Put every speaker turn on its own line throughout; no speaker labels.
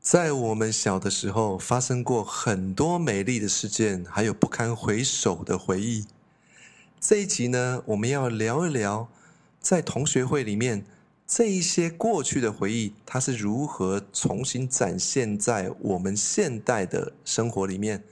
在我们小的时候，发生过很多美丽的事件，还有不堪回首的回忆。这一集呢，我们要聊一聊在同学会里面这一些过去的回忆，它是如何重新展现在我们现代的生活里面。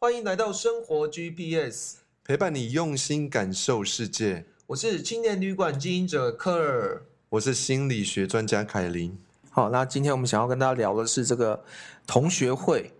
欢迎来到生活 GPS，
陪伴你用心感受世界。
我是青年旅馆经营者科尔。
我是心理学专家凯琳。
好，那今天我们想要跟大家聊的是这个同学会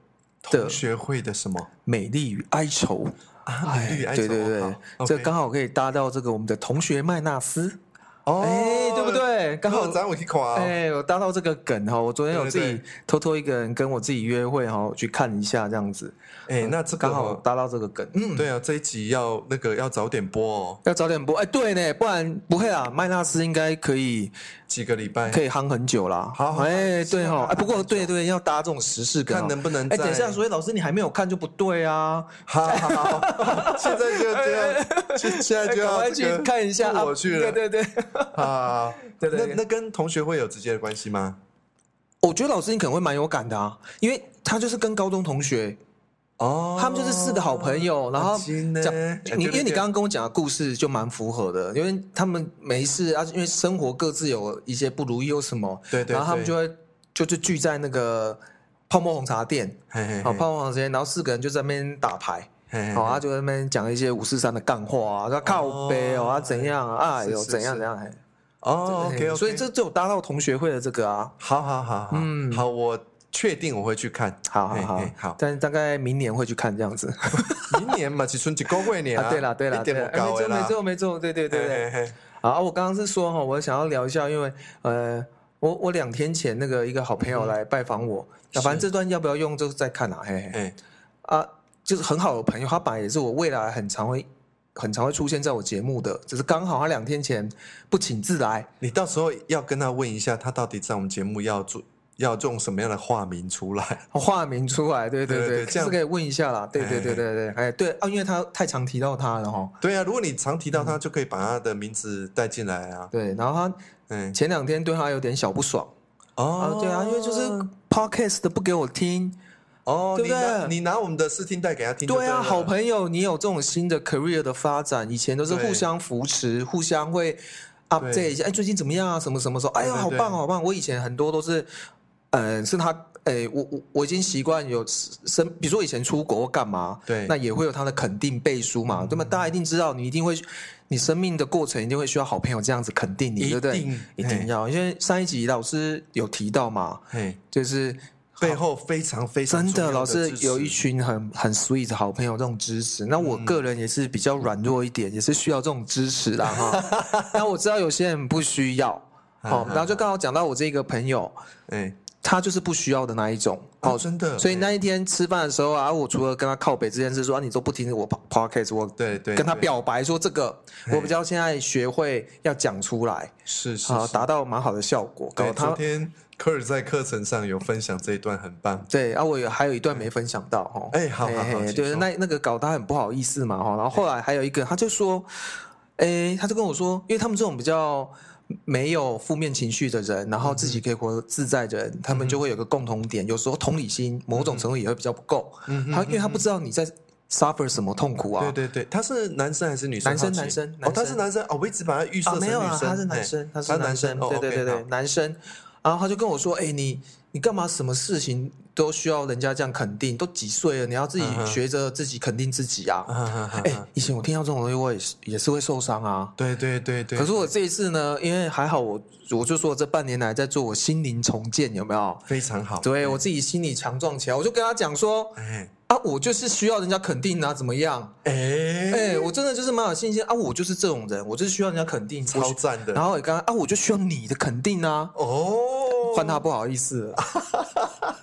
的
同学会的什么？
美丽与哀愁。哎
啊，美丽与哀
对
愁。
对对
好，，OK
这刚好可以搭到这个我们的同学麦纳斯，
哦，
哎、对不？对？刚好
好，咱我去看啊。
哎、我搭到这个梗哈。我昨天有
对
自
对
己偷偷一个人跟我自己约会哈，我去看一下这样子，
哎，那这个
刚好
哦
搭到这个梗。嗯，
对啊，这一集要那个要早点播哦，
要早点播。哎、对呢，不然不会啦，麦纳斯应该可以
几个礼拜
可以夯很久啦。
好好
哎、
好
对哈，
好
哎、不过对对，要搭这种时事梗哦，
看能不能
哎、等一
在
下，所以老师你还没有看就不对啊！
好好好，现在就这 样，现现在就
哎赶
要
快
这个
去看一下，
是我去
啊
了
对对对，
啊。
对对
那
对
那跟同学会有直接的关系吗？
我觉得老师你可能会蛮有感的啊，因为他就是跟高中同学，
哦，
他们就是四个好朋友，然后
真的
讲
哎
你，因
对
为你
对
刚刚跟我讲的故事就蛮符合的，因为他们没事啊，因为生活各自有一些不如意或什么，
对对，
然后他们
对
就会就是聚在那个泡沫红茶店，哦
嘿嘿嘿
好泡沫红茶店，然后四个人就在那边打牌。
嘿嘿
好、啊，就在那边讲一些五四三的干话啊，说靠背哦，啊怎样啊，哎
是
呦
是
怎样
是
怎样，哎，
哦
嘿
，OK OK，
所以这就有搭到同学会的这个啊，
好好好，嗯，
嗯
好，我确定我会去看，
好好
嘿
好
嘿好，
但大概明年会去看这 样子
明年嘛，只剩一个月年
啊，对啦对啦
一
对
点
啦，
不
哎没
高的
错
啦
没，错没错，对对对
嘿，
对，
嘿嘿
好啊，我刚刚是说哈，我想要聊一下，因为呃，我我两天前那个一个好朋友来拜访我，
是
那反正这段要不要用就再看啦，嘿嘿
哎，
啊，就是很好的朋友，他本来也是我未来很常会。很常会出现在我节目的，只是刚好他两天前不请自来，
你到时候要跟他问一下，他到底在我们节目要做要用什么样的化名出来？
化名出来，对
对
对
对
对，
这样
是可以问一下啦，对对
哎
对对对，哎对啊，因为他太常提到他了哈，
对啊，如果你常提
嗯
到他，就可以把他的名字带进来啊。
对，然后
嗯
他，前两天对他有点小不爽啊
哦，，
对啊，因为就是 podcast 的不给我听，
哦，
对不
你拿
对
你拿我们的试听带给他听就
对啊，
了
好朋友，你有这种新的 career 的发展，以前都是
对
互相扶持，互相会 update 一下，哎，最近怎么样啊？什么什么时候？哎呀，
对对
好
对
棒好棒！我以前很多都是，嗯，是他。哎，我我我已经习惯有生，比如说我以前出国或干嘛，
对嗯
那也会有他的肯定背书嘛，对吗？大家一定知道，你一定会，你生命的过程一定会需要好朋友这样子肯定你，
一
对不对？
定
一定要，因为上一集老师有提到嘛，
嘿，
就是
背后非常非常
真
重要
的
的
老师
支持嗯
有一群很很 sweet 的好朋友这种支持。那我个人也是比较软弱一点，也是需要这种支持啦 哈。那我知道有些人不需要，
嗯
好，然后就刚好讲到我这个朋友，
哎，
他就是不需要的那一种。
哦，
哦，
真的，
所以那一天吃饭的时候啊，我除了跟他靠北这件事说，啊、你都不听我 podcast，我
对对，
跟他
对
表白说这个，我比较现在学会要讲出来，
是是
啊，
是
达到蛮好的效果。搞
对，
得他
昨天科尔在课程上有分享这一段，很棒。
对啊，我有还有一段没分享到哦。
哎好
嘿
好好
嘿
请
对，
说
那那个搞他很不好意思嘛哈。然后后来还有一个，他就说，哎，他就跟我说，因为他们这种比较没有负面情绪的人，然后
嗯
自己可以活得自在的人，他们就会有个共同点，有时候同理心某种程度也会比较不够。
嗯哼
他因为他不知道你在 suffer 什么痛苦啊。
对对对，他是男生还是女生？
男生
好奇
男生
哦，
男
他
生
是男生哦，我一直把他预设
啊，
成
没
女
有啊
生，，
他是男生
嘿，
是男
生，哦
对对对，对，
OK，好
男生。然后他就跟我说：“哎，你你干嘛？什么事情都需要人家这样肯定？都几岁了，你要自己
嗯哼
学着自己肯定自己啊！”
啊哈哈哈
哎、以前我听到这种东西，我也是也是会受伤啊。
对对对对，
可是我这一次呢，因为还好我，我就说我这半年来在做我心灵重建，有没有？
非常好，
对我自己心理强壮起来，我就跟他讲说
哎
啊，我就是需要人家肯定啊，怎么样？
哎
哎、我真的就是蛮有信心啊，我就是这种人，我就是需要人家肯定，我
超赞的，
然后也刚刚啊，我就需要你的肯定啊，
哦，
换他不好意思 了，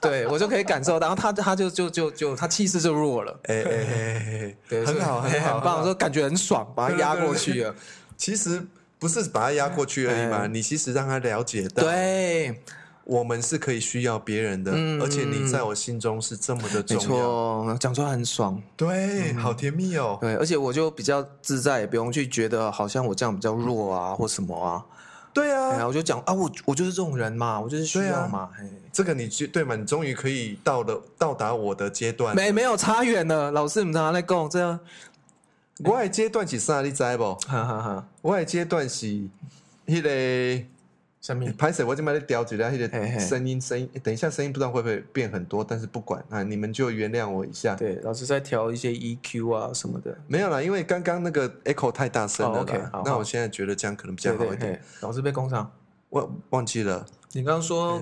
对我就可以感受到，然后他他就就就就他气势就弱了，
哎哎哎哎，哎
对，
很好
所以
很好
很棒，说感觉很爽，把他压过去了，
其实不是把他压过去而已嘛，你其实让他了解到，
哎对，
我们是可以需要别人的，
嗯
而且你在我心中是这么的重
没
要。
错，嗯讲出来很爽。
对，好甜蜜哦。
对，而且我就比较自在，也不用去觉得好像我这样比较弱啊或什么啊。
对
哎
啊，
呀，我就讲啊，我我就是这种人嘛，我就是需
对啊
要嘛。哎嘿
这个你就对嘛？你终于可以到了到达我的阶段。
没没有差远了，老师唔知道在讲这样，
我的阶段是啥？你知不？
哈哈哈。
我的阶段是那个。
下面
拍手，我今把在调几下，那
嗯嘿嘿
个声音，声音，等一下声音不知道会不会变很多，但是不管啊，你们就原谅我一下。
对老师在调一些 EQ 啊什么的，
没有啦，因为刚刚那个 echo 太大声了
哦，OK，
啦。
好
那
好
我现在觉得这样可能比较
对
好
对
一点。
对，老师被攻上。
我忘记了，
你刚刚说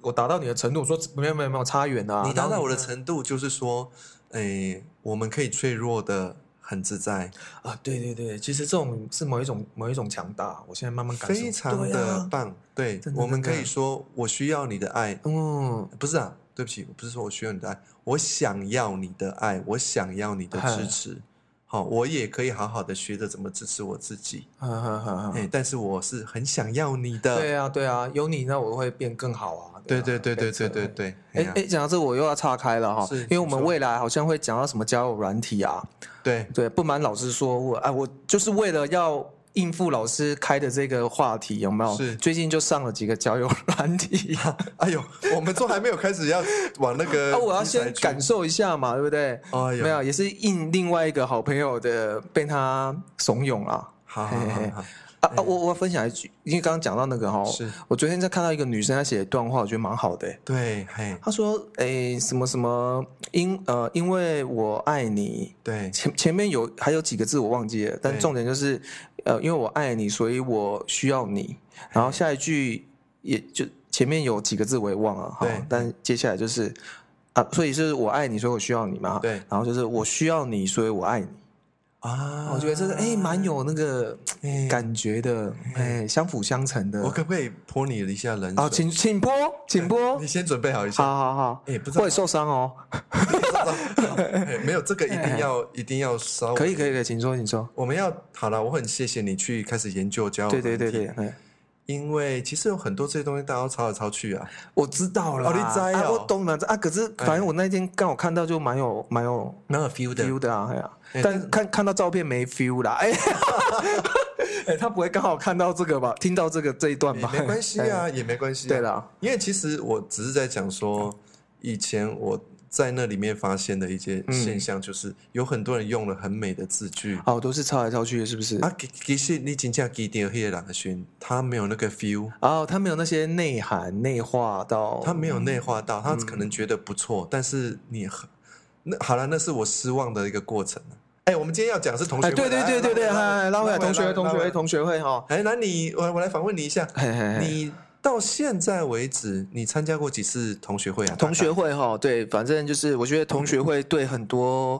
我达到你的程度，我说没有没有没有差远啊，
你达
然
到
后
我的程度，就是说，诶、我们可以脆弱的很自在，
啊，对对对，其实这种是某一种某一种强大，我现在慢慢感受，
非常
对
的
啊
棒。对,、
真的
我们
真
可
的
以说，我需要你的爱，
嗯，
不是啊，对不起，我不是说我需要你的爱，我想要你的爱，我想要你的
嗨
支持。好，我也可以好好的学着怎么支持我自己。
哈哈哈哈
哎、但是我是很想要你的。
嗯对啊对啊，有你那我会变更好啊，
对
啊
对对对对对。
变成
对。哎
哎
呀
哎，讲到这我又要岔开了哈
是，
因为我们
请说
未来好像会讲到什么交友软体啊，
对，
对，不瞒老师说，我啊，我就是为了要应付老师开的这个话题，有没有？
是
最近就上了几个交友软体。
哎呦，我们都还没有开始要往那个
啊，我要
题材
先
呃去
感受一下嘛，对不对？
哎呦
没有，也是应另外一个好朋友的被他怂恿啊。
好好好
嘿嘿
好，
啊啊！我我要分享一句，因为刚刚讲到那个哈、
哎是
我昨天在看到一个女生她写一段话，我觉得蛮好的、
对，嘿，
她说：“诶，什么什么，因呃，因为我爱你。
对，
前前面有还有几个字我忘记了，但
对
重点就是，呃，因为我爱你，所以我需要你。然后下一句也就前面有几个字我也忘了哈
对，
但接下来就是啊，所以是我爱你，所以我需要你嘛。
对
然后就是我需要你，所以我爱你。
啊，
我觉得这个哎，蛮有那个
哎
感觉的，哎，相辅相成的。
我可不可以泼你一下冷水？
啊，请请播，请
哎
播
你，先准备好一下。
好好好，
哎，不知道
会受伤哦。
哎没有这个一定要一定要稍微
可以可以可以，请说请说。
我们要好了，我很谢谢你去开始研究交友
对对对
软体
对，，哎
因为其实有很多这些东西大家都吵来吵去啊，
我知道了，
哦你知哦
啊我懂了啊。可是反正我那天刚好看到，就蛮有蛮有
蛮有 feel 的
feel 的啊，哎呀
哎，但是
但看看到照片没 feel 啦， 哎，哎，他不会刚好看到这个吧？听到这个这一段
也
吧？哎
没关系啊，也没关系、啊。
对啦，
因为其实我只是在讲说，以前我在那里面发现的一些现象，就是有很多人用了很美的字句。
嗯哎，哦，都是抄来抄去的，是不是？
啊，其其实你真正记定那个人的时候他没有那个 feel，
哦，他没有那些内涵内化到，
他没有内化到，他可
嗯
能觉得不错，但是你很那好了，那是我失望的一个过程啊。哎，我们今天要讲的是同学
哎，
会，
对对
来
对对对，哎，拉回来，同学会同学。
拉
会
回拉回
同哎学会哈，
哎，那你我我来访问你一下，
嘿嘿嘿。
你到现在为止，你参加过几次同学会啊？
同学会哈，对，反正就是我觉得同学会对很多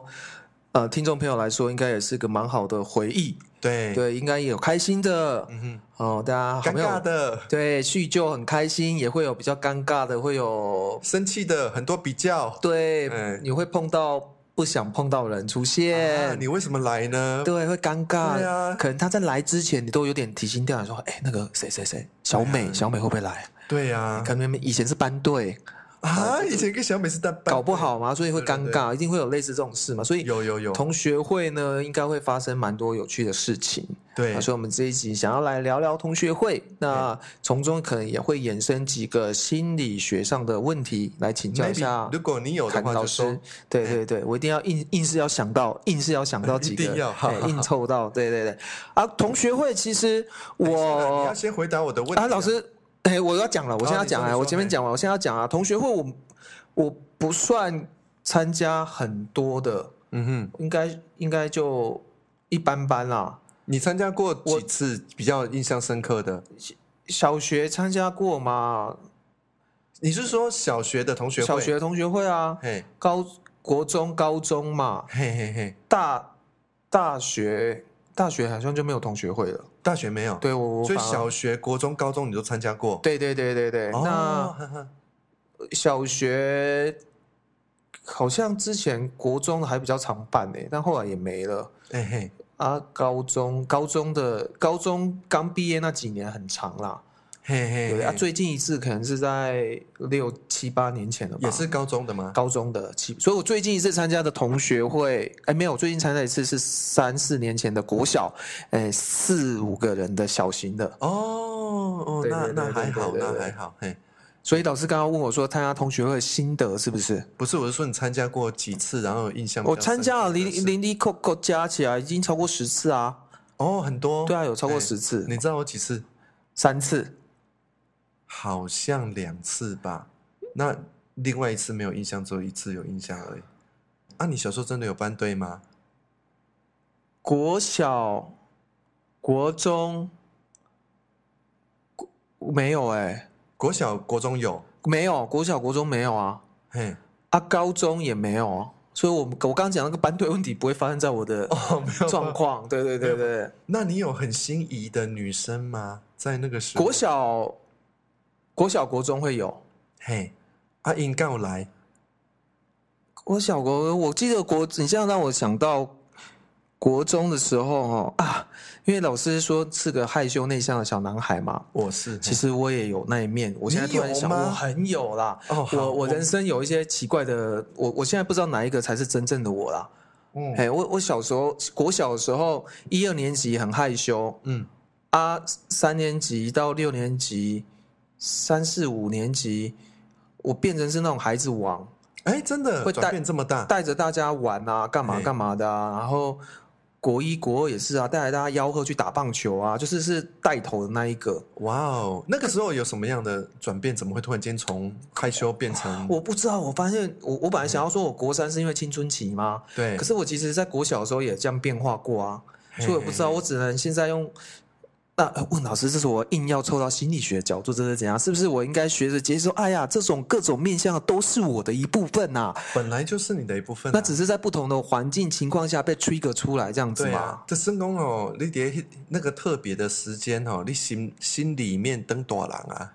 呃听众朋友来说，应该也是个蛮好的回忆。
对，
对，应该也有开心的
嗯
哦，大家
哼，
好
尴
朋友
尬的、
对叙旧很开心，也会有比较尴尬的，会有
生气的，很多比较。
对、
嗯
你会碰到不想碰到的人出现，
啊，你为什么来呢？
对会尴尬。
对啊
可能他在来之前，你都有点提心吊胆，说哎那个谁谁谁小美、
嗯
小美会不会来？
对呀，
可能以前是班队，
啊，以前跟小美是单班，
搞不好嘛，所以会
对对
尴尬，一定会有类似这种事嘛，所以
有有有，
同学会呢，应该会发生蛮多有趣的事情。
对
啊，所以我们这一集想要来聊聊同学会，那从中可能也会衍生几个心理学上的问题来请教一
maybe
下
如果你有的
谭
话
老
就说哎
师。。对对对，我一定要硬硬是要想到，硬是要想到 几
一定
个
要，好
哎
好
硬
好
凑到。对对对，啊，同学会其实
你
我啊
要先回答我的问题
啊，老，师，哎，我要讲了，我现在要
你
讲
说哎
啊，
你
我
说
前面
嘿
讲完，我现在要讲啊，同学会我我不算参加很多的。
嗯哼，
应该应该就一般般啦。
你参加过几次比较印象深刻的？
小学参加过嘛，
你是说小学的同学会？
小学同学会啊，
嘿，
高国中、高中嘛，
嘿嘿嘿，
大大学大学好像就没有同学会了。
大学没有，，
对我，我
所以
反而
小学、国中、高中你都参加过。
对对对对对，
哦
那
呵呵
小学好像之前国中的还比较常办呢、但后来也没了。
哎嘿，
啊，高中高中的高中刚毕业那几年很长啦，
嘿嘿
对
嘿
啊，最近一次可能是在六七八年前了吧，
也是高中的吗？
高中的七，所以我最近一次参加的同学会，哎，没有，我最近参加一次是三四年前的国小，哎，四五个人的小型的，
哦哦，
对
那
对
那
对
还
对对
好，
对
那
对
还好，嘿，
所以老师刚刚问我说参加同学会的心得是不是？
不是，我是说你参加过几次，然后有印象比较
我
深刻的
参
是？
加了零零零扣扣加起来已经超过十次啊，
哦，很多，
对啊，有超过
哎
十次，
你知道我几次？
三次，
好像两次吧。那另外一次没有印象，只有一次有印象而已。啊，你小时候真的有班队吗？
国小、国中，国没有哎、
国小、国中有，
没有国小、国中没有啊，
嘿，
啊，高中也没有啊，所以我我刚刚讲那个班队问题不会发生在我的
哦，没有
状
吧。
况，对对对对，
那你有很心仪的女生吗？在那个时候，
国，小、国小、国中会有。
嘿，啊，应告来，
国小国，我记得国，你这样让我想到国中的时候哦啊，因为老师说是个害羞内向的小男孩嘛，
我是，
其实我也有那一面。我现在
嗯你
突然
有
想，
吗
我很有啦。
嘿哦，好
我我人，生有一些奇怪的，我我现在不知道哪一个才是真正的我啦。
嗯
哎，我我小时候国小的时候，一二年级很害羞
嗯，
啊，三年级到六年级，三四五年级，我变成是那种孩子王，
哎，真的
会带
转变这么大，
带着大家玩啊，干嘛
嘿
干嘛的啊。然后国一国二也是啊，带着大家吆喝去打棒球啊，就是是带头的那一个。
哇哦，那个时候有什么样的转变？怎么会突然间从害羞变成
我不知道，我发现我我本来想要说我国三是因为青春期嘛，
对？
可是我其实在国小的时候也这样变化过啊，所以我不知道，
嘿
我只能现在用。那呃问老师，这是我硬要凑到心理学角度，这是怎样？是不是我应该学着接受？哎呀，这种各种面向都是我的一部分呐、
本来就是啊你的一部分啊，
那只是在不同的环境情况下被 trigger 出来这样子
对
嘛。
啊，这算讲哦，你伫迄那个特别的时间哦，你心心里面当大人啊，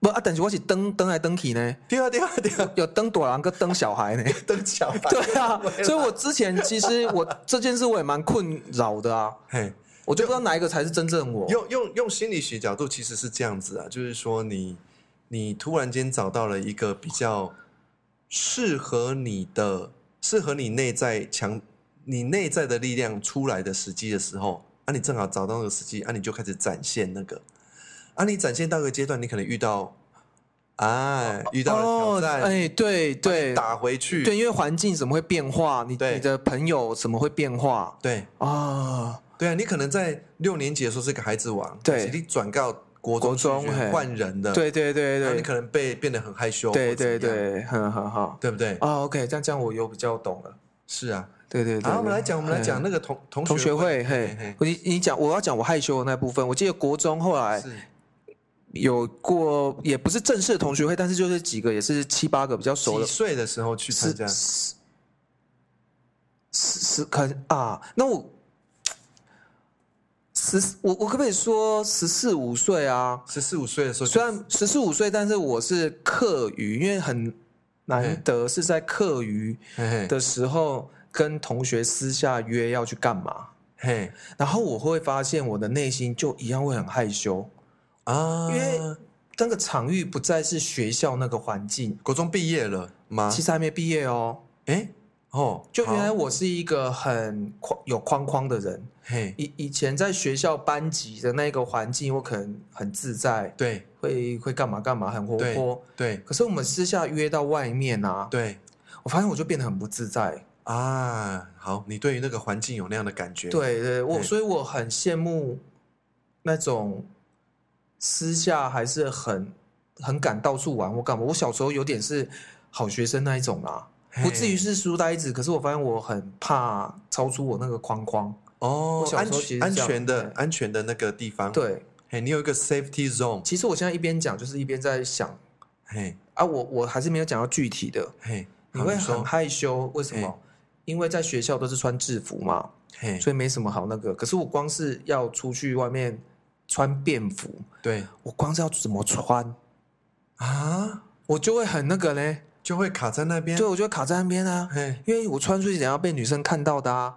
不啊，但是我是登登来登去呢，
对啊对啊对啊，
有登朵郎跟登小孩 呢。
当小孩，
对啊，所以我之前其实我这件事我也蛮困扰的啊，
嘿，
我就不知道哪一个才是真正我。
用用用心理学角度其实是这样子啊，就是说你你突然间找到了一个比较适合你的、适合你内在强、你内在的力量出来的时机的时候，啊，你正好找到那个时机，啊，你就开始展现那个，啊，你展现到一个阶段，你可能遇到。哎，遇到了挑战，
哎，对对
打回去。
对，因为环境怎么会变化？你
对
你的朋友怎么会变化
对
啊？
对啊，你可能在六年级的时候是个孩子王，
对
但是你转告国中
国中
去
嘿
换人的，，
对对对
然后
对
嗯你可能被变得很害羞，
对
或
对
怎么样，
对，很很好
对不对？
啊。OK，这样这样我有比较懂了。
是啊，
对对对，
好，我们来讲，我们来讲
嗯
那个同同
同学会，
嘿
嘿，你你讲，我要讲我害羞的那部分。我记得国中后来
是
有过，也不是正式的同学会，但是就是几个也是七八个比较熟
几
的，
岁的时候去参加
十？十十十可能啊，那我十我我可不可以说十四五岁啊？
十四五岁的时候去，
虽然十四五岁，但是我是课余，因为很难得是在课余
嘿嘿
的时候跟同学私下约要去干嘛，
嘿
然后我会发现我的内心就一样会很害羞，
啊，
因为那个场域不再是学校那个环境，
国中毕业了吗
其？实还没毕业哦。
哎哦，
就
好
原来我是一个很框有框框的人，
嘿
以以前在学校班级的那个环境，我可能很自在，
对
会会干嘛干嘛，很活
对
泼。
对
可是我们私下约到外面啊，
对
我发现我就变得很不自在。
啊，好，你对于那个环境有那样的感觉？
对对，我
对
所以我很羡慕那种私下还是很很敢到处玩或干嘛。我小时候有点是好学生那一种啦，
嘿，
不至于是书呆子，可是我发现我很怕超出我那个框框。
哦
我，小
安
时候其实
全安
是这样
全的
对
安全的那个地方，，
对，
嘿，你有一个 safety zone，
其实我现在一边讲就是一边在想
嘿，
啊，我我还是没有讲到具体的。
嘿，
你
好
会
说
很害羞，为什
嘿
么？因为在学校都是穿制服嘛，
嘿，
所以没什么好那个。可是我光是要出去外面穿便服，
对
我光是要怎么穿，
啊，
我就会很那个嘞。
就会卡在那边
对，，我就会卡在那边啊，
嘿，
因为我穿出去等下被女生看到的啊。啊，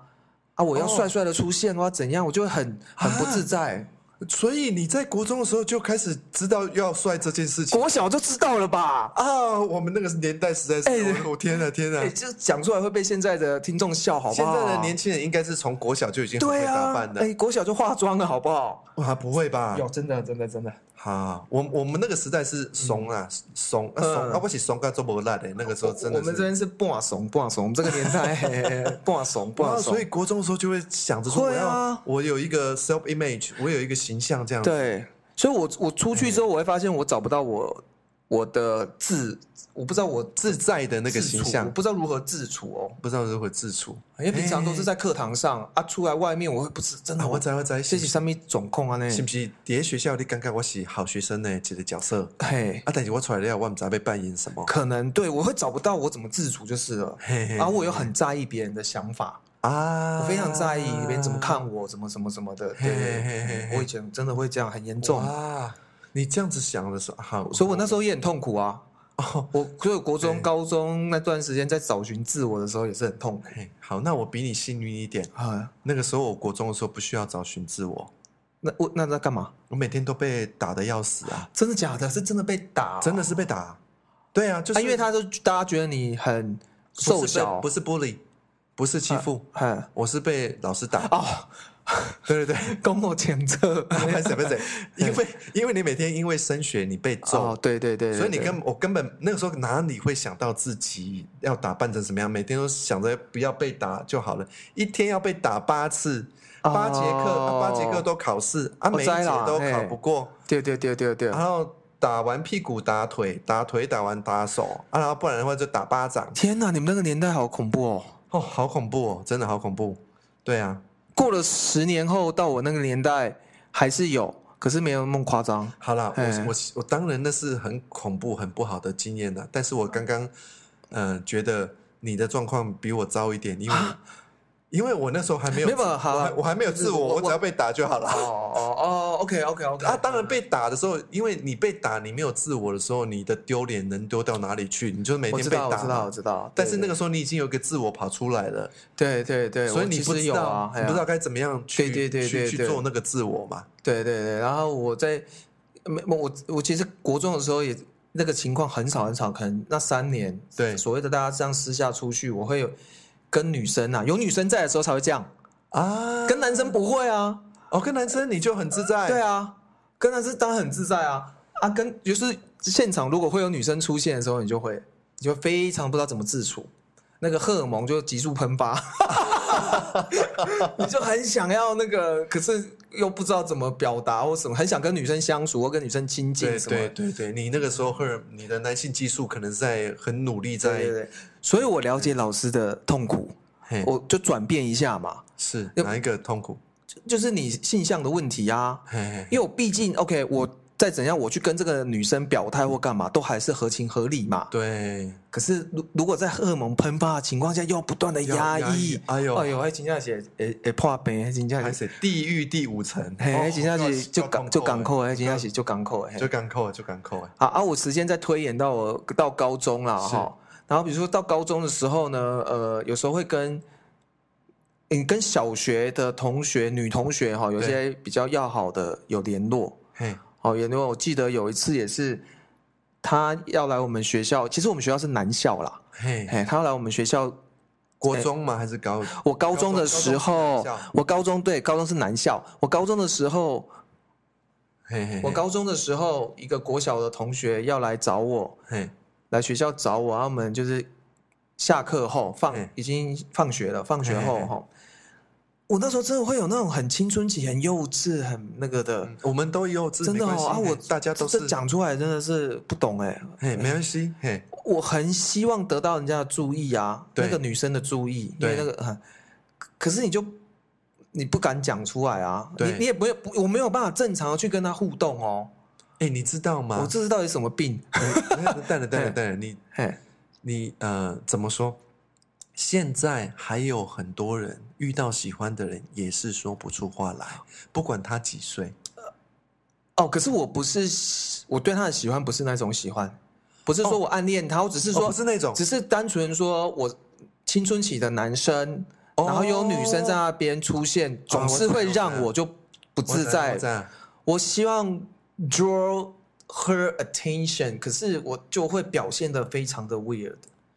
啊，我要
哦啊
帅帅的出现，我要怎样，我就会很很不自在。
所以你在国中的时候就开始知道要帅这件事情
国小就知道了吧？
啊！我们那个年代实在是，
哎
我、天哪啊天哪！
哎，这讲出来会被现在的听众笑，好不
现
好？
在的年轻人应该是从国小就已经很会
对
打
啊
扮，的，啊
哎，国小就化妆了，好不好？
哇，不会吧？
有，真的，真的，真的。
啊，我我们那个时代是怂啊，怂啊怂
嗯
啊，不起怂啊，做不烂的，那个时候真
我
的
们
是。
这边是半怂，半怂，我们这个年代 嘿嘿嘿半怂，
哇，
半怂
所以。国中的时候就会想着说，我
会
要、
啊
我有一个 self image，我有一个形象这样子。
对，所以我我出去之后，我会发现我找不到我我的自，我不知道我
自在的那个
自处
形象
我，不知道如何自处哦。
不知道如何自处。
因为平常都是在课堂上啊，出来外面我会不是真
哎啊，
的，
我知我知，
这
谢
是
谢。
上面总控啊呢，
是不是伫咧学校你感觉我是好学生呢？一个角色
嘿，
啊，但是我出来了，我唔知道要扮演什么。
可能对我会找不到我怎么自主就是了。
嘿嘿
然后我又很在意别人的想法，
啊，
我非常在意别人怎么。看我，怎么怎么怎么的。
嘿嘿嘿
对
嘿，嘿
我以前真的会这样，很严重。
哇，你这样子想的时候，好，
所以我那时候也很痛苦啊。我所以国中、
对
高中那段时间在找寻自我的时候也是很痛苦
嘿好，那我比你幸运一点。
啊。
那个时候我国中的时候不需要找寻自我，
那我那在干嘛？
我每天都被打的要死啊，
真的假的？是真的被打哦、
真的是被打。对啊，就是、
啊，因为他都大家觉得你很
不是被
瘦小，
不
是
是玻璃，不是欺负，
很
我是被老师 打。
哦，
对对对，
跟我前 侧
拍谁拍谁，因为因为你每天因为升学你被揍，
哦，对对对对
所以你
对
根我根本那个时候哪里会想到自己要打扮成什么样？每天都想着不要被打就好了，一天要被打八次，
哦
八节课、啊八节课都考试啊，
我
每一
知啦
节都考
嘿
不过，
对对对对对
然，后打完屁股打腿，打腿打完打手啊，然后不然的话就打巴掌。
天哪，你们那个年代好恐怖哦！
哦，好恐怖哦，真的好恐怖。对啊，
过了十年后到我那个年代还是有，可是没有那么夸张。
好啦，
嘿
我我我当然那是很恐怖、很不好的经验啦。但是我刚刚，呃，觉得你的状况比我糟一点，因为因为我那时候还没有
啊没有
自
好啊
我
啦
还我还没有自我，
我我
我只要被打就好了
哦。哦哦，OK OK OK
啊，当然被打的时候，因为你被打，你没有自我的时候，你的丢脸能丢到哪里去？你就是每
我
天
知
被
道，我
打
知道，
嘛
我。知道。
但是
对
那个时候你已经有一个自我跑出来了，
对对对，
所以
我
你
其
不
实
知
有
道
啊，
你不知道
嘿啊。
该怎么样去
对对对
去
对
去
对
做那个自我嘛。
对对对，然后我在没我我其实国中的时候也那个情况很少很少，可能那三年
对
所谓的大家这样私下出去，我会有跟女生啊，有女生在的时候才会这样，
啊，
跟男生不会啊。
哦跟男生你就很自在，
对啊，跟男生当然很自在啊啊，跟就是现场如果会有女生出现的时候，你就会你就非常不知道怎么自处，那个荷尔蒙就急速喷 发，你就很想要那个，可是又不知道怎么表达或什么，很想跟女生相处或跟女生亲近
对
什么的
对对对，你那个时候会有，你的男性激素可能在很努力
对对
在，
对，所以我了解老师的痛苦，
嘿，
我就转变一下嘛，
是
要
哪一个痛苦？
就就是你性向的问题啊，
嘿嘿嘿
因为我毕竟 OK，我再怎样，我去跟这个女生表态或干嘛，都还是合情合理嘛。
对，
可是如如果在荷尔蒙喷发的情况下，又要不断的压
要压
抑
抑，哎呦
哎呦，哎，真正是会会破病，哎真
还
正是，
是地狱第五层，
嘿，哎真正是就港
港
就港口，哎，真正
要
是就港口，哎
就，港口就港口哎，
啊啊！我时间在推演到我到高中啦，
是
哈。然后比如说到高中的时候呢，呃，有时候会跟嗯跟小学的同学、女同学哈，有
对
些比较要好的有联络，
嘿，
哦，联络。我记得有一次也是，她要来我们学校，其实我们学校是男校啦，
嘿，
哎，她要来我们学校。
国中吗？还是高？
我高中的时
高中是男
候
校，
我高中对高中是男校，我高中的时候，
嘿嘿，嘿
我，高中的时候，一个国小的同学要来找我，
嘿，
来学校找我，然后我们就是下课后放
嗯
已经放学了，放学
嗯嗯
后
嗯
哈，我那时候真的会有那种很青春期、很幼稚、很那个的，
嗯我们都有，这
真的
没关系
哦啊！
嘿
我
大家都
这
是，
讲出来真的是不懂哎，
嘿，没关系，嘿，
我很希望得到人家的注意啊，
对
那个女生的注意，因
对
为那个，啊可可是你就你不敢讲出来啊，你
对
你也不会不，我没有办法正常的去跟她互动哦，
哎，你知道吗哎
我？这是到底什么病？
嘿淡了淡了淡了，你
嘿，
你呃，怎么说？现在还有很多人遇到喜欢的人，也是说不出话来，不管他几岁。
哦，可是我不是喜我对他的喜欢不是那种喜欢，不是
哦
说我暗恋他，我只是
是
说、
不是那种
只是单纯说我青春期的男生，
哦啊
然后有女生在那边出现，总是会让我就不自在
我。在
我希望 draw her attention，可是我就会表现的非常的 weird。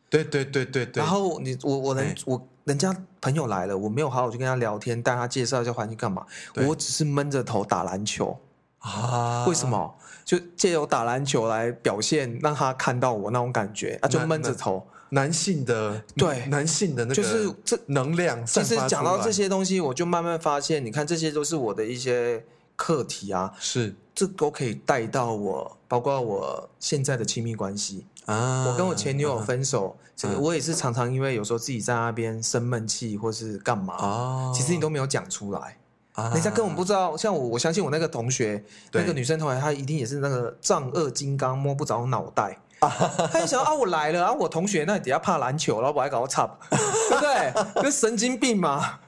对对对对对，
然后你我我能
哎
我人家朋友来了，我没有好好去跟他聊天，带他介绍一下环境干嘛，
对
我只是闷着头打篮球。
啊，
为什？么？就借由打篮球来表现，让他看到我那种感觉，啊，就
那
闷着
那
头。
男性的
对
男性的那个
就是这
能量
其
散发出
实
来，
讲到这些东西，我就慢慢发现，你看这些都是我的一些课题啊，
是
这都可以带到我，包括我现在的亲密关系。
啊，
我跟我前女友分手，这个
嗯
我也是常常因为有时候自己在那边生闷气或是干嘛，
哦，
其实你都没有讲出来，
啊
人家根本不知道。像我，我相信我那个同学，那
对
个女生同学，她一定也是那个丈二金刚摸不着脑 袋。她就想啊，我来了啊，我同学那底下怕篮球，然后我还搞我插， 对不对？ 这神经病嘛，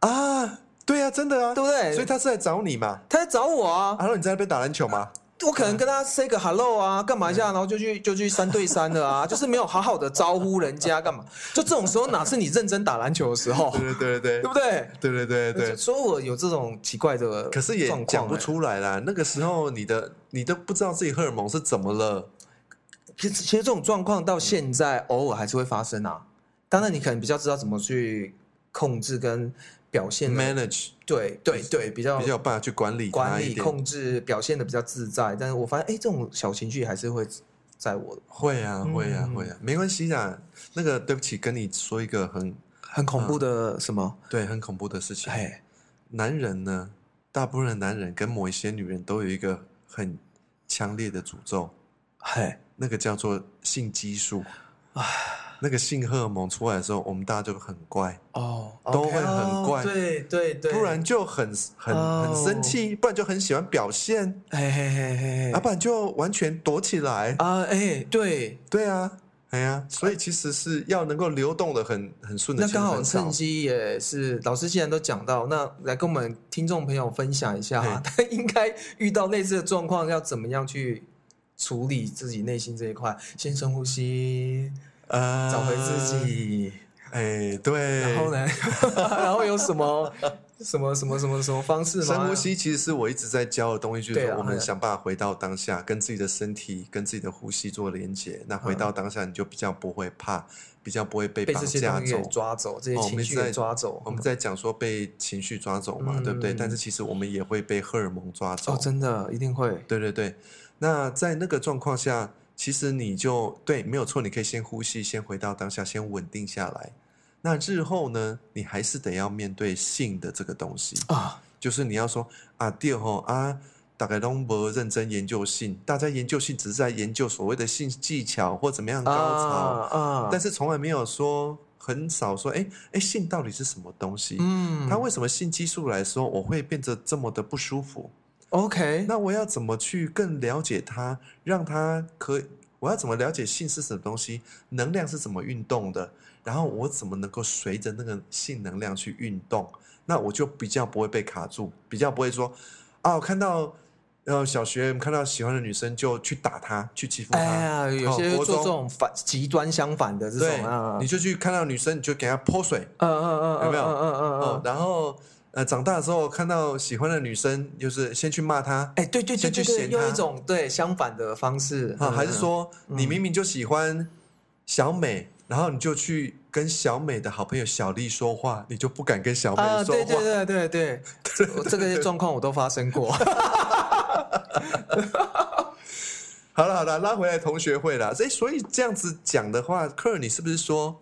啊，对啊，真的啊，
对不对
所以他是来找你嘛，
她在找我啊
啊，然后你在那边打篮球嘛，
我
嗯
可能跟他 say 个 hello 啊，干嘛一下，然后就去就去三对三 的啊，就是没有好好的招呼人家干嘛？就这种时候哪是你认真打篮球的时 候，
对对对
对
对
不对？
对对对对，
所以我有这种奇怪的，欸
可是也讲不。出来啦，那个时候你的你都不知道自己荷尔蒙是怎么了，
其实其实这种状况到现在偶尔还是会发生啊。当然你可能比较知道怎么去控制跟表现的，
manage
对对对，比较
比较有办法去管理它
管
一
理
点，
控制表现的比较自在。但是我发现哎，这种小情绪还是会在我的，
会啊会啊
嗯
会啊，没关系的。那个对不起，跟你说一个很
很恐怖的什么？
对很恐怖的事情，
哎，
男人呢，大部分的男人跟某一些女人都有一个很强烈的诅咒，
嘿。
那个叫做性激素。那个性荷尔蒙出来的时候，我们大家就很怪，
哦，
都会很怪
哦对对对，
不然就很很很
哦
生气，不然就很喜欢表现，
嘿嘿嘿嘿嘿，
啊，不然就完全躲起来。
啊，哎，对，
对啊，哎呀，所以其实是要能够流动的很很顺的，
那
其实
刚好
很少
趁机也是，老师既然都讲到，那来跟我们听众朋友分享一下啊
嘿，
他应该遇到类似的状况，要怎么样去处理自己内心这一块，先深呼吸，
呃
找回自。己，
哎，对，
然后呢， 然后有什么什么什么什么什么方式吗？
深呼，吸其实是我一直在教的东西，就是
对
说
啊
我们想办法回到当下，跟自己的身体、跟自己的呼吸做连接。那回到当下，你就比较不会怕，比较不会被
嗯被
绑
这些
架
东西给
走。
抓走，这
哦
些
我
情
们
绪
在
给抓走
我。们在讲说被情绪抓走嘛，
嗯
对不对？
嗯
但是其实我们也会被荷尔蒙抓走。
哦，真的一定会，
对对对。那在那个状况下，其实你就对，没有错，你可以先呼吸，先回到当下，先稳定下来。那日后呢，你还是得要面对性的这个东西。
啊，
就是你要说啊，第二吼啊，大概都不认真研究性，大家研究性只是在研究所谓的性技巧或怎么样高潮，
啊啊，
但是从来没有说很少说，哎哎，性到底是什么东西？
嗯，
它为什么性激素来说，我会变得这么的不舒服？
OK，
那我要怎么去更了解它，让它可？我要怎么了解性是什么东西？能量是怎么运动的？然后我怎么能够随着那个性能量去运动？那我就比较不会被卡住，比较不会说啊，我看到呃小学看到喜欢的女生就去打她，去欺负她。
哎呀，有
哦
些
国
做这
中
种反极端相反的这
对
种啊，，
你
嗯
就去看到女生你就给她泼水，
嗯嗯嗯，
有没有
嗯嗯嗯
哦
嗯，嗯，
然后呃长大之后看到喜欢的女生就是先去骂她，
哎，对对
先
对
去
对
嫌他
对，用一种对相反的方式，
啊，
嗯
还是说你明明就喜欢小美，然后你就去跟小美的好朋友小丽说话，你就不敢跟小美
啊，
说
对
话？
对对对对， 我这个状况我都发生过，
好了好了，拉回来同学会啦。所以所以这样子讲的话，克尔，你是不是说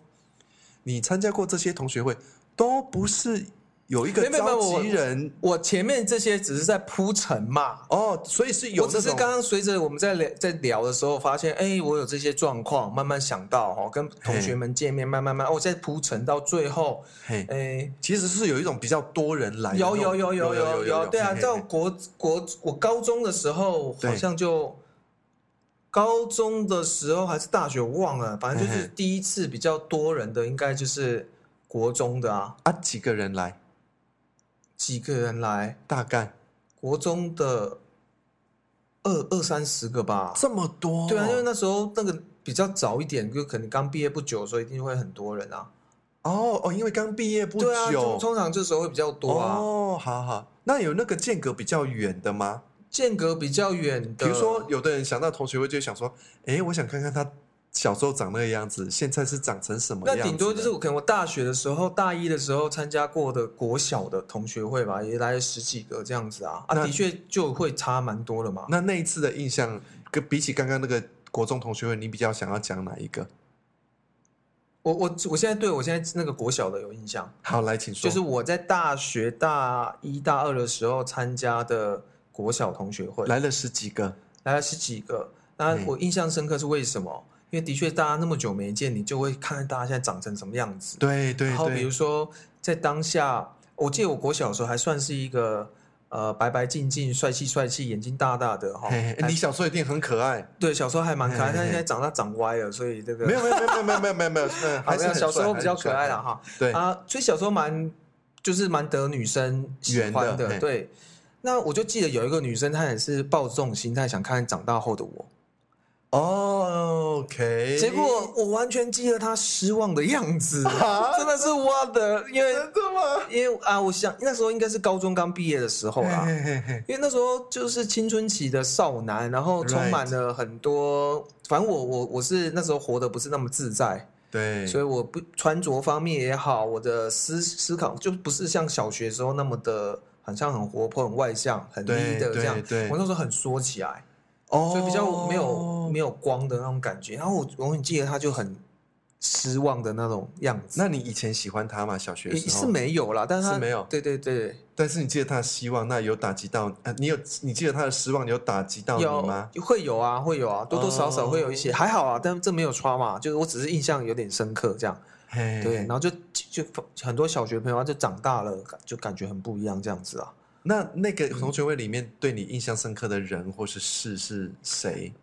你参加过这些同学会，都不是有一
没
个
有没有没有
召
我
集人
我前面这些只是在铺陈嘛。
哦？所以是
我
有
只
那
是
种
刚刚随着我们在聊在聊的时候，发现哎，我有这些状况，慢慢想到哦，跟同学们见面，慢慢慢，哦，我在铺陈到最后，
嘿，
哎，
其实是有一种比较多人来的那
有
种，
有有有有有，对啊，
嘿嘿
到
嘿
国国我高中的时候
对
好像就，高中的时候还是大学我忘了，反正就
嘿
是
嘿
第一次比较多人的，应该就是国中的啊，
啊几个人来，
几个人来，
大概
国中的二二三十个吧，
这么多哦，
对啊，因为那时候那个比较早一点，就可能刚毕业不久，所以一定会很多人啊，
哦哦，因为刚毕业不
对啊，
久
通，通常这时候会比较多啊。
哦，好好，那有那个间隔比较远的吗？
间隔比较远
比
的，
如说，有的人想到同学会就想说，诶，我想看看他小时候长那个样子，现在是长成什么
那
样子的？
顶多就是我可能我大学的时候，大一的时候参加过的国小的同学会吧，也来了十几个这样子啊，啊，
那
的确就会差蛮多的嘛。
那那一次的印象，跟比起刚刚那个国中同学会，你比较想要讲哪一个？
我我我现在对我现在那个国小的有印象，
好，来，请说。
就是我在大学大一大二的时候参加的国小同学会，
来了十几个，
来了十几个。那
嗯
我印象深刻是为什么？因为的确大家那么久没见，你就会看看大家现在长成什么样子。
对对
然后比如
对，
说在当下，我记得我国小的时候还算是一个呃白白净净、帅气帅气、眼睛大大的哈。
嘿嘿
还
你小时候一定很可爱。
对小时候还蛮可爱，
嘿嘿
但
嘿
现在长大长歪了，所以这个
没有没有没有没有没有没有没有，嗯
好
还是
像
很
小时
帅
候
还
比
是
较
很
可
帅
爱了哈。
对，
啊，所以小时候蛮就是蛮得女生喜
圆
欢
的
的，
嘿
对。那我就记得有一个女生，她也是抱着这种心态想看长大后的我，
哦，OK。
结果我完全记得她失望的样子，
啊
真的是我的，因为
真的吗？
因为啊，我想那时候应该是高中刚毕业的时候啦，
嘿嘿嘿
因为那时候就是青春期的少男，然后充满了很多，反正我我我是那时候活得不是那么自在，
对，
所以我不穿着方面也好，我的思思考就不是像小学时候那么的，好像很活泼、很外向、很
对
leader 这样
对。对
我那时候很缩起来，
哦，
所以比较没有没有光的那种感觉。然后我我很记得他就很失望的那种样子。
那你以前喜欢他吗？小学
也
的时
是
候，
没有啦，但他
是没有
对对对，
但是你记得他的希望，那有打击到呃，你有你记得他的失望，你有打击到
有
你吗？
会有啊，会有啊，多多少少会有一些，
哦
还好啊，但这没有刷嘛，就是我只是印象有点深刻这样。
嘿，
对，然后就就就很多小学朋友啊就长大了，感就感觉很不一样这样子啊。
那那个同学会里面对你印象深刻的人或是事是谁？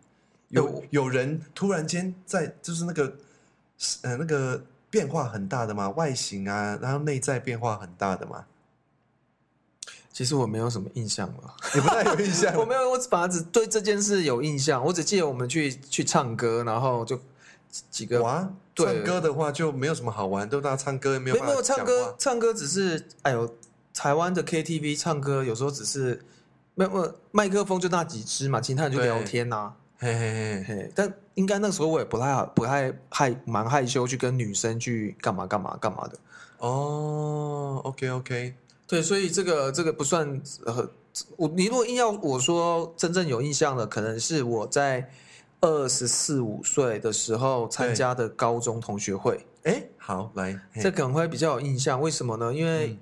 有
呃我
有人突然间在就是那个呃那个变化很大的吗？外形啊，然后内在变化很大的吗？
其实我没有什么印象了，
你不太有印象
我没 有，我只把只对这件事有印象，我只记得我们去去唱歌，然后就几几个
哇？
对
唱歌的话就没有什么好玩，都大家唱歌也没有
没
办
没
法
有
讲话
唱歌，唱歌只是哎呦，台湾的 KTV 唱歌有时候只是没有没有麦克风就那几支嘛，其他人就
对
聊天呐、啊
嘿嘿嘿，
嘿，但应该那时候我也不太好，不太害蛮害羞去跟女生去干嘛干嘛干嘛的。
哦，OK OK，
对，所以这个这个不算呃，我你如果硬要我说真正有印象的，可能是我在二十四五岁的时候参加的高中同学会，
哎，好，来，嘿
这可能会比较有印象。为什么呢？因为、
嗯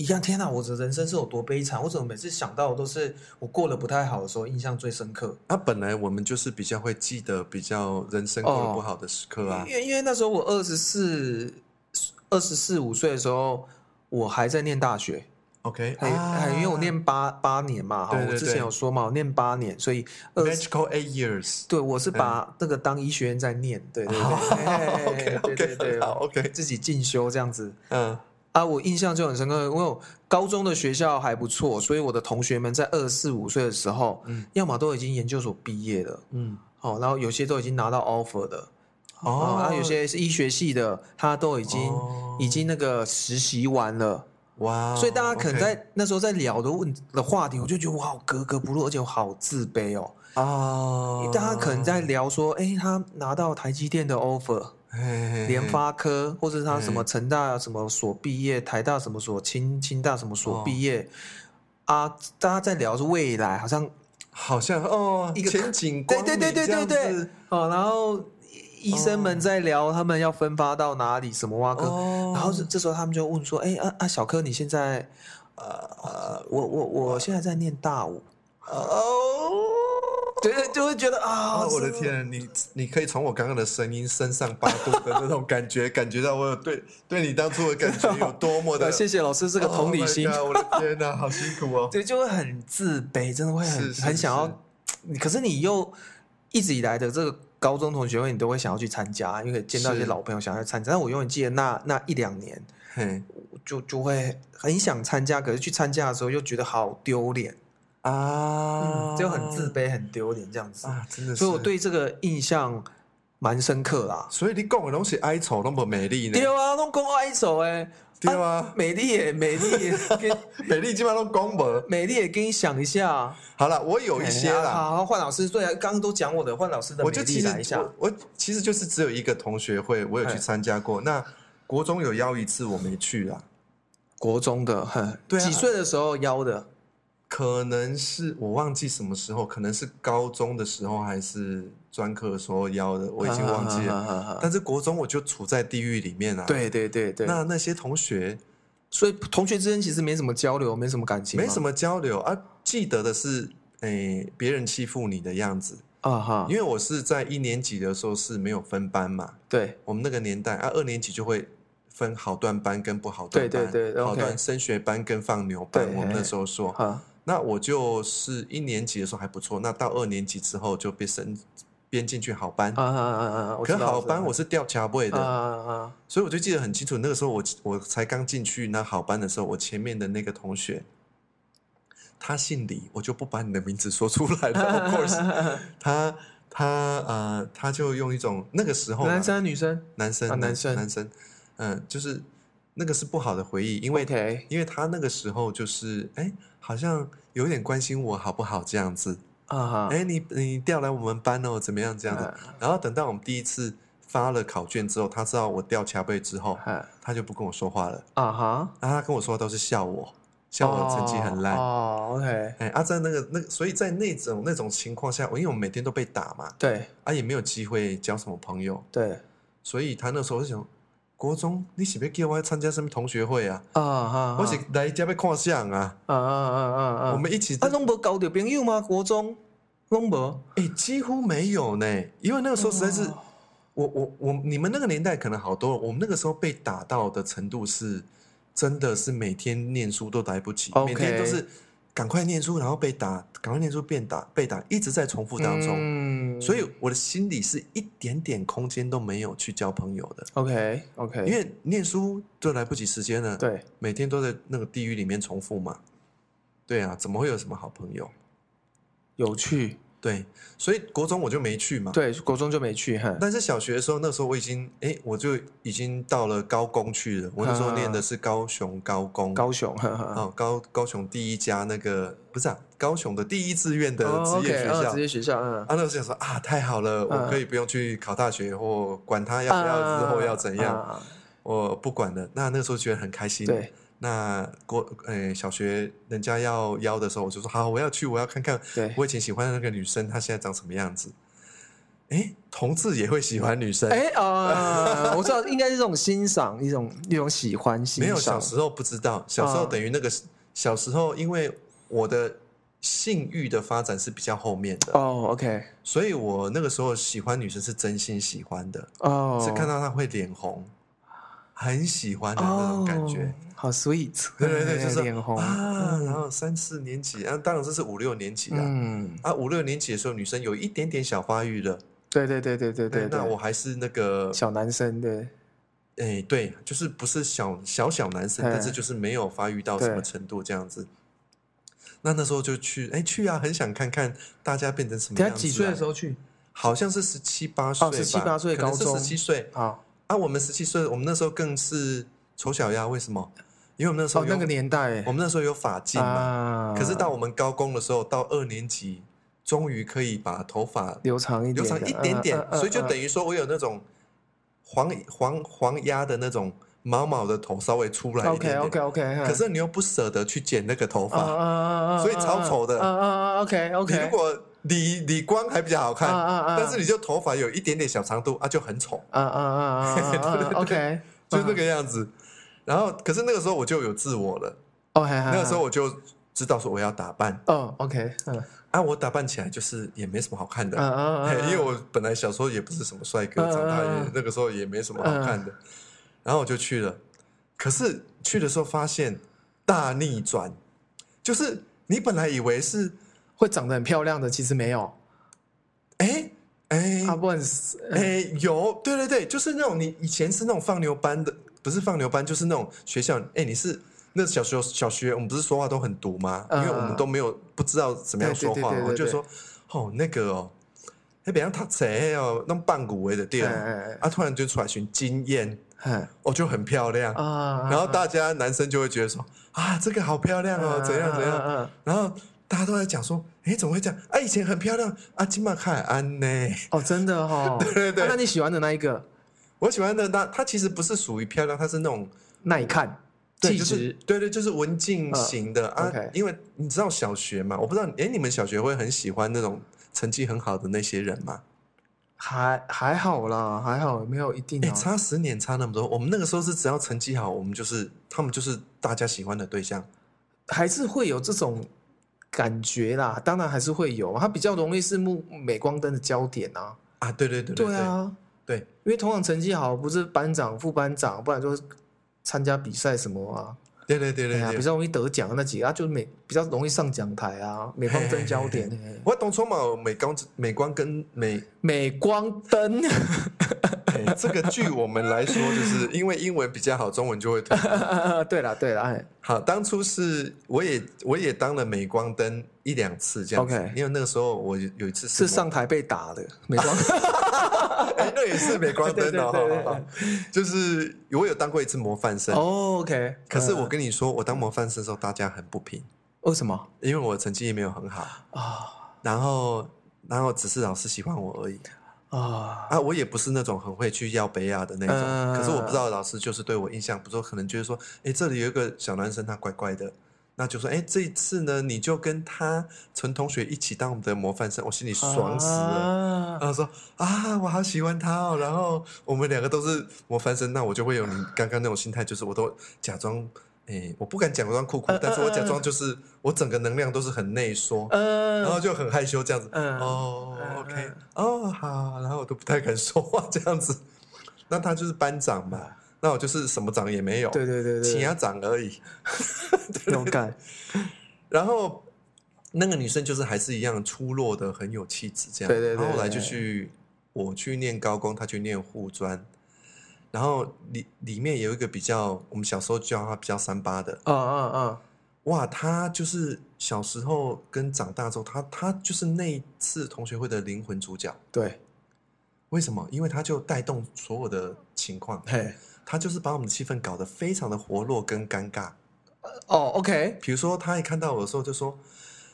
一样，天哪！我的人生是有多悲惨？我怎么每次想到都是我过得不太好的时候，印象最深刻？
啊，本来我们就是比较会记得比较人生过得不好的时刻啊，
哦因为因为那时候我二十四、二十四五岁的时候，我还在念大学，
OK，
还、还哎因为我念八八年嘛，哈
啊对对
我之前
对
有说嘛，我念八年，所以二十，
Magical Eight Years，
对我是把那个当医学院在念，对对对哎
OK
对对
OK，
对，
哦好 OK，
自己进修这样子。
嗯，
啊，我印象就很深刻，因为我高中的学校还不错，所以我的同学们在二四五岁的时候，
嗯
要么都已经研究所毕业了，
嗯，
哦，然后有些都已经拿到 offer 的，
哦
然后啊有些是医学系的，他都已经、
哦
已经那个实习完了，
哇哦，
所以大家可能
OK
在那时候在聊的问的话题，我就觉得我好格格不入，而且我好自卑哦。
啊，
大家可能在聊说，哎，他拿到台积电的 offer，
嘿嘿嘿
联发科，或者是他什么
嗯
成大什么所毕业，台大什么所，清清大什么所
哦
毕业，啊，大家在聊是未来，好像
好像哦，
一个
前景
对
光
对对
明
对
这
对
样
对
子，
哦，然后医医生们在聊他们要分发到哪里，什么挖科，
哦，
然后这这时候他们就问说，哎啊啊，小柯你现在，呃呃，我我我现在在念大五，
哦。
对对，就会觉得啊，
哦，我的
是
天！你你可以从我刚刚的声音升上八度的那种感觉， 感觉到我有对对你当初的感觉有多 么的
呃，谢谢老师这个同理心
Oh my，God，我的天哪，好辛苦哦。
对， 就会很自卑，真的会很
是是
很想
是
要，你可是你又一直以来的这个高中同学会，你都会想要去参加，因为见到一些
是
老朋友想要去参加。但我永远记得那那一两年，
嘿
我就就会很想参加，可是去参加的时候又觉得好丢脸，
啊
嗯
哦
就很自卑、很丢脸这样子。
啊，真的是。
所以我对这个印象蛮深刻啦。
所以你讲的拢是哀愁，那么美丽呢
对？啊，拢讲爱手哎，
对啊，
美丽耶，美丽耶，跟
美丽基本上都讲无。
美丽也跟你想一下，
好了，我有一些
哎
啦，
好，好换老师，对啊，刚刚都讲我的，换老师的
我
美
就其
丽
实
来一下
我。我其实就是只有一个同学会，我有去
哎
参加过。那国中有邀一次，我没去啦。
国中的，哼，
对啊
几岁的时候邀的？
可能是我忘记什么时候，可能是高中的时候还是专科的时候邀的，我已经忘记
啊
了。
了。
但是国中我就处在地狱里面啊。，
对对对对，
那那些同学
所以同学之间其实没什么交流，没什么感情吗，
没什么交流啊，记得的是，诶、别人欺负你的样子。
啊哈
因，为我是在一年级的时候是没有分班嘛，
对
我们那个年代啊，二年级就会分好段班跟不好段
对
班，
对对
好
OK
段升学班跟放牛班，
对
我们那时候说。
啊，
那我就是一年级的时候还不错，那到二年级之后就被升编进去好班。
啊啊啊啊啊！我知
可
道
好班我是掉卡位
知道
的，
啊啊啊，
所以我就记得很清楚。那个时候我我才刚进去那好班的时候，我前面的那个同学，他姓李，我就不把你的名字说出来了。of course，他 他呃，他就用一种那个时候啦
男生还是女生
男生
啊男
男
生
男生，嗯、就是那个是不好的回忆，因为
OK
因为他那个时候就是，哎，好像有点关心我好不好这样子，
啊嗯哈，
哎，你你调来我们班哦，怎么样这样子？然后等到我们第一次发了考卷之后，他知道我调卡背之后，
啊
他就不跟我说话了。
啊哈，
然后他跟我说话都是笑我，笑我成绩很烂。
哦，OK，
哎，啊，在那个那个，所以在那种那种情况下，我因为我们每天都被打嘛，
对
啊，也没有机会交什么朋友，
对
所以他那时候就想，国中你是不是叫我参加什么同学会啊？
啊哈，
我是来家被看相啊，
啊啊啊啊啊，
我们一起
啊拢无交到朋友吗？国中拢无，
哎、几乎没有呢，因为那个时候实在是，
哦
我我我，你们那个年代可能好多了，我们那个时候被打到的程度是，真的是每天念书都来不及
OK
每天都是赶快念书，然后被打，赶快念书变打，被打，一直在重复当中，
嗯
所以我的心里是一点点空间都没有去交朋友的，
OK OK，
因为念书都来不及时间了，，
对
每天都在那个地狱里面重复嘛，对啊，怎么会有什么好朋友？
有趣，
对，所以国中我就没去嘛，
对国中就没去哈，
但是小学的时候，那时候我已经哎、我就已经到了高工去了。我那时候念的是高雄高工，
啊高雄，哈哈，
哦高高雄第一家那个不是啊，高雄的第一志愿的
哦
职业
OK，
学
哦
校。
职业学校，嗯
啊，，那时候想说啊，太好了，我可以不用去考大学，或管他
啊
要不要之后要怎样，
啊？啊啊
我不管了。那那时候觉得很开心。
对，
那国诶、小学人家要邀的时候，我就说好，我要去，我要看看
对
我以前喜欢的那个女生，她现在长什么样子。诶，同志也会喜欢女生，
哎 啊，我知道，应该是这种欣赏，一种一种喜欢欣赏。
没有小时候不知道，小时候
嗯
等于那个、小时候，因为我的性欲的发展是比较后面的，
哦，OK，
所以我那个时候喜欢女生是真心喜欢的，
哦，
是看到她会脸红，很喜欢的那种感觉。
哦，好 sweet，
对对对，就是
脸红
啊，然后三四年级，啊，当然这是五六年级啊。
嗯，
啊，五六年级的时候，女生有一点点小发育了。哎
对对对对对对，
那
对
我还是那个，
小男生对
哎，对，就是不是小小小男生，
哎
但是就是没有发育到什么程度这样子。那那时候就去，哎，去啊，很想看看大家变成什么
等
样子、
下
啊。
几岁的时？候哦去？
好像是十七八岁吧，
17-18岁
可能是
高中
十七岁
好，
啊。我们十七岁，我们那时候更是丑小鸭，为什么？因为我们那时候
哦，
有、
那个年代
我们那时候有发禁嘛。
啊，
可是到我们高工的时候，到二年级，终于可以把头发
留长一
留
点的，呃
长一点点，所以就等
于
于说我有那种黄黄黄鸭的那种毛毛的头稍微出来一
OK
点
OK
点，
OK，
可是你又不舍得去剪那个头
啊
发，
啊啊啊，
所以超丑的
啊啊啊，OK
你
OK，
如果理理光还比较好
啊
看，
啊啊，
但是你就头发有一点点小长度啊，就很丑，
啊啊啊啊啊，OK，
就是那个样子。然后，可是那个时候我就有自我了，
哦，还
那个时候我就知道说我要打扮
哦，OK，嗯
啊，我打扮起来就是也没什么好看的
嗯，嗯
嘿
嗯，
因为我本来小时候也不是什么帅哥，
嗯
长大
嗯嗯
也那个时候也没什么好看的，然后我就去了。可是去的时候发现大逆转，就是你本来以为是
会长得很漂亮的，其实没有，
哎哎
他不很
哎有，对对对，就是那种你以前是那种放牛班的，不是放牛班，就是那种学校哎你是。那小学小学我们不是说话都很毒吗？因
嗯
为我们都没有不知道怎么样
对对
说话，
对对对
我就
对
说哦那个哦，哎、迄边读册那哦，弄棒骨的就对了。
哎
啊，突然就出来寻经验，
哎
哦，就很漂亮。
啊
然后大家男生就会觉得说啊，这个好漂亮哦，怎样怎样。
样？
然后大家都在讲说，哎，怎么会这样？啊，以前很漂亮啊，金马凯安呢？
哦，真的哦。对
对对
那你喜欢的那一个
我喜欢的那它其实不是属于漂亮，它是那种
耐看
对
气
就是
质，嗯
对对，就是文静型的、啊。
OK
因为你知道小学嘛，我不知道，哎，你们小学会很喜欢那种成绩很好的那些人吗？
还还好啦，还好没有一定
哎，
啊。
差十年差那么多，我们那个时候是只要成绩好，我们就是他们就是大家喜欢的对象。
还是会有这种感觉啦，当然还是会有，啊它比较容易是目镁光灯的焦点啊。
啊，对对对对
对啊，
对，
因为同样成绩好，不是班长、副班长，不然就是参加比赛什么啊，
对对对
哎呀，
对
比
对。
较容易得奖的那几个，啊、就是美比较容易上讲台啊，镁光灯焦点，哎
我懂充满美光美光跟美
镁光灯，
哎， 这个据我们来说，就是因为英文比较好，中文就 会退步。
对啦对啦，哎，
好，当初是我也我也当了镁光灯一两次这样子
OK
因为那个时候我有一次
是
模
上台被打的镁光，
哎，那也是镁光灯哦，
对对对对
好好好就是我有当过一次模范生，啊
哦 OK，
可是
嗯
我跟你说，我当模范生的时候大家很不平，
为什么
因为我成绩也没有很好，
啊
然后然后只是老师喜欢我而已
啊
啊，我也不是那种很会去要杯啊的那种，
嗯
可是我不知道老师就是对我印象不错，可能就是说，哎，这里有一个小男生他怪怪的。那就说，哎，这一次呢，你就跟他陈同学一起当我们的模范生，我心里爽死了。
了
然后说啊，我好喜欢他哦。然后我们两个都是模范生，那我就会有你刚刚那种心态，就是我都假装，诶，我不敢假装酷酷，但是我假装就是我整个能量都是很内缩，
嗯，
然后就很害羞这样子。
嗯
哦
嗯
，OK，
嗯
哦好，然后我都不太敢说话这样子。那他就是班长嘛，那我就是什么长也没有，
呃对对对对，
其他长而已。
那种感，
然后那个女生就是还是一样出落的很有气质，这样。
对对对
然后后来就
对
去我去念高工，她去念护专，然后里里面有一个比较，我们小时候叫她比较三八的，
啊啊啊，
哇，她就是小时候跟长大之后，她她就是那一次同学会的灵魂主角。
对，
为什么？因为她就带动所有的情况，
嘿，
她就是把我们的气氛搞得非常的活络跟尴尬。
哦，OK，
比如说他一看到我的时候就说：“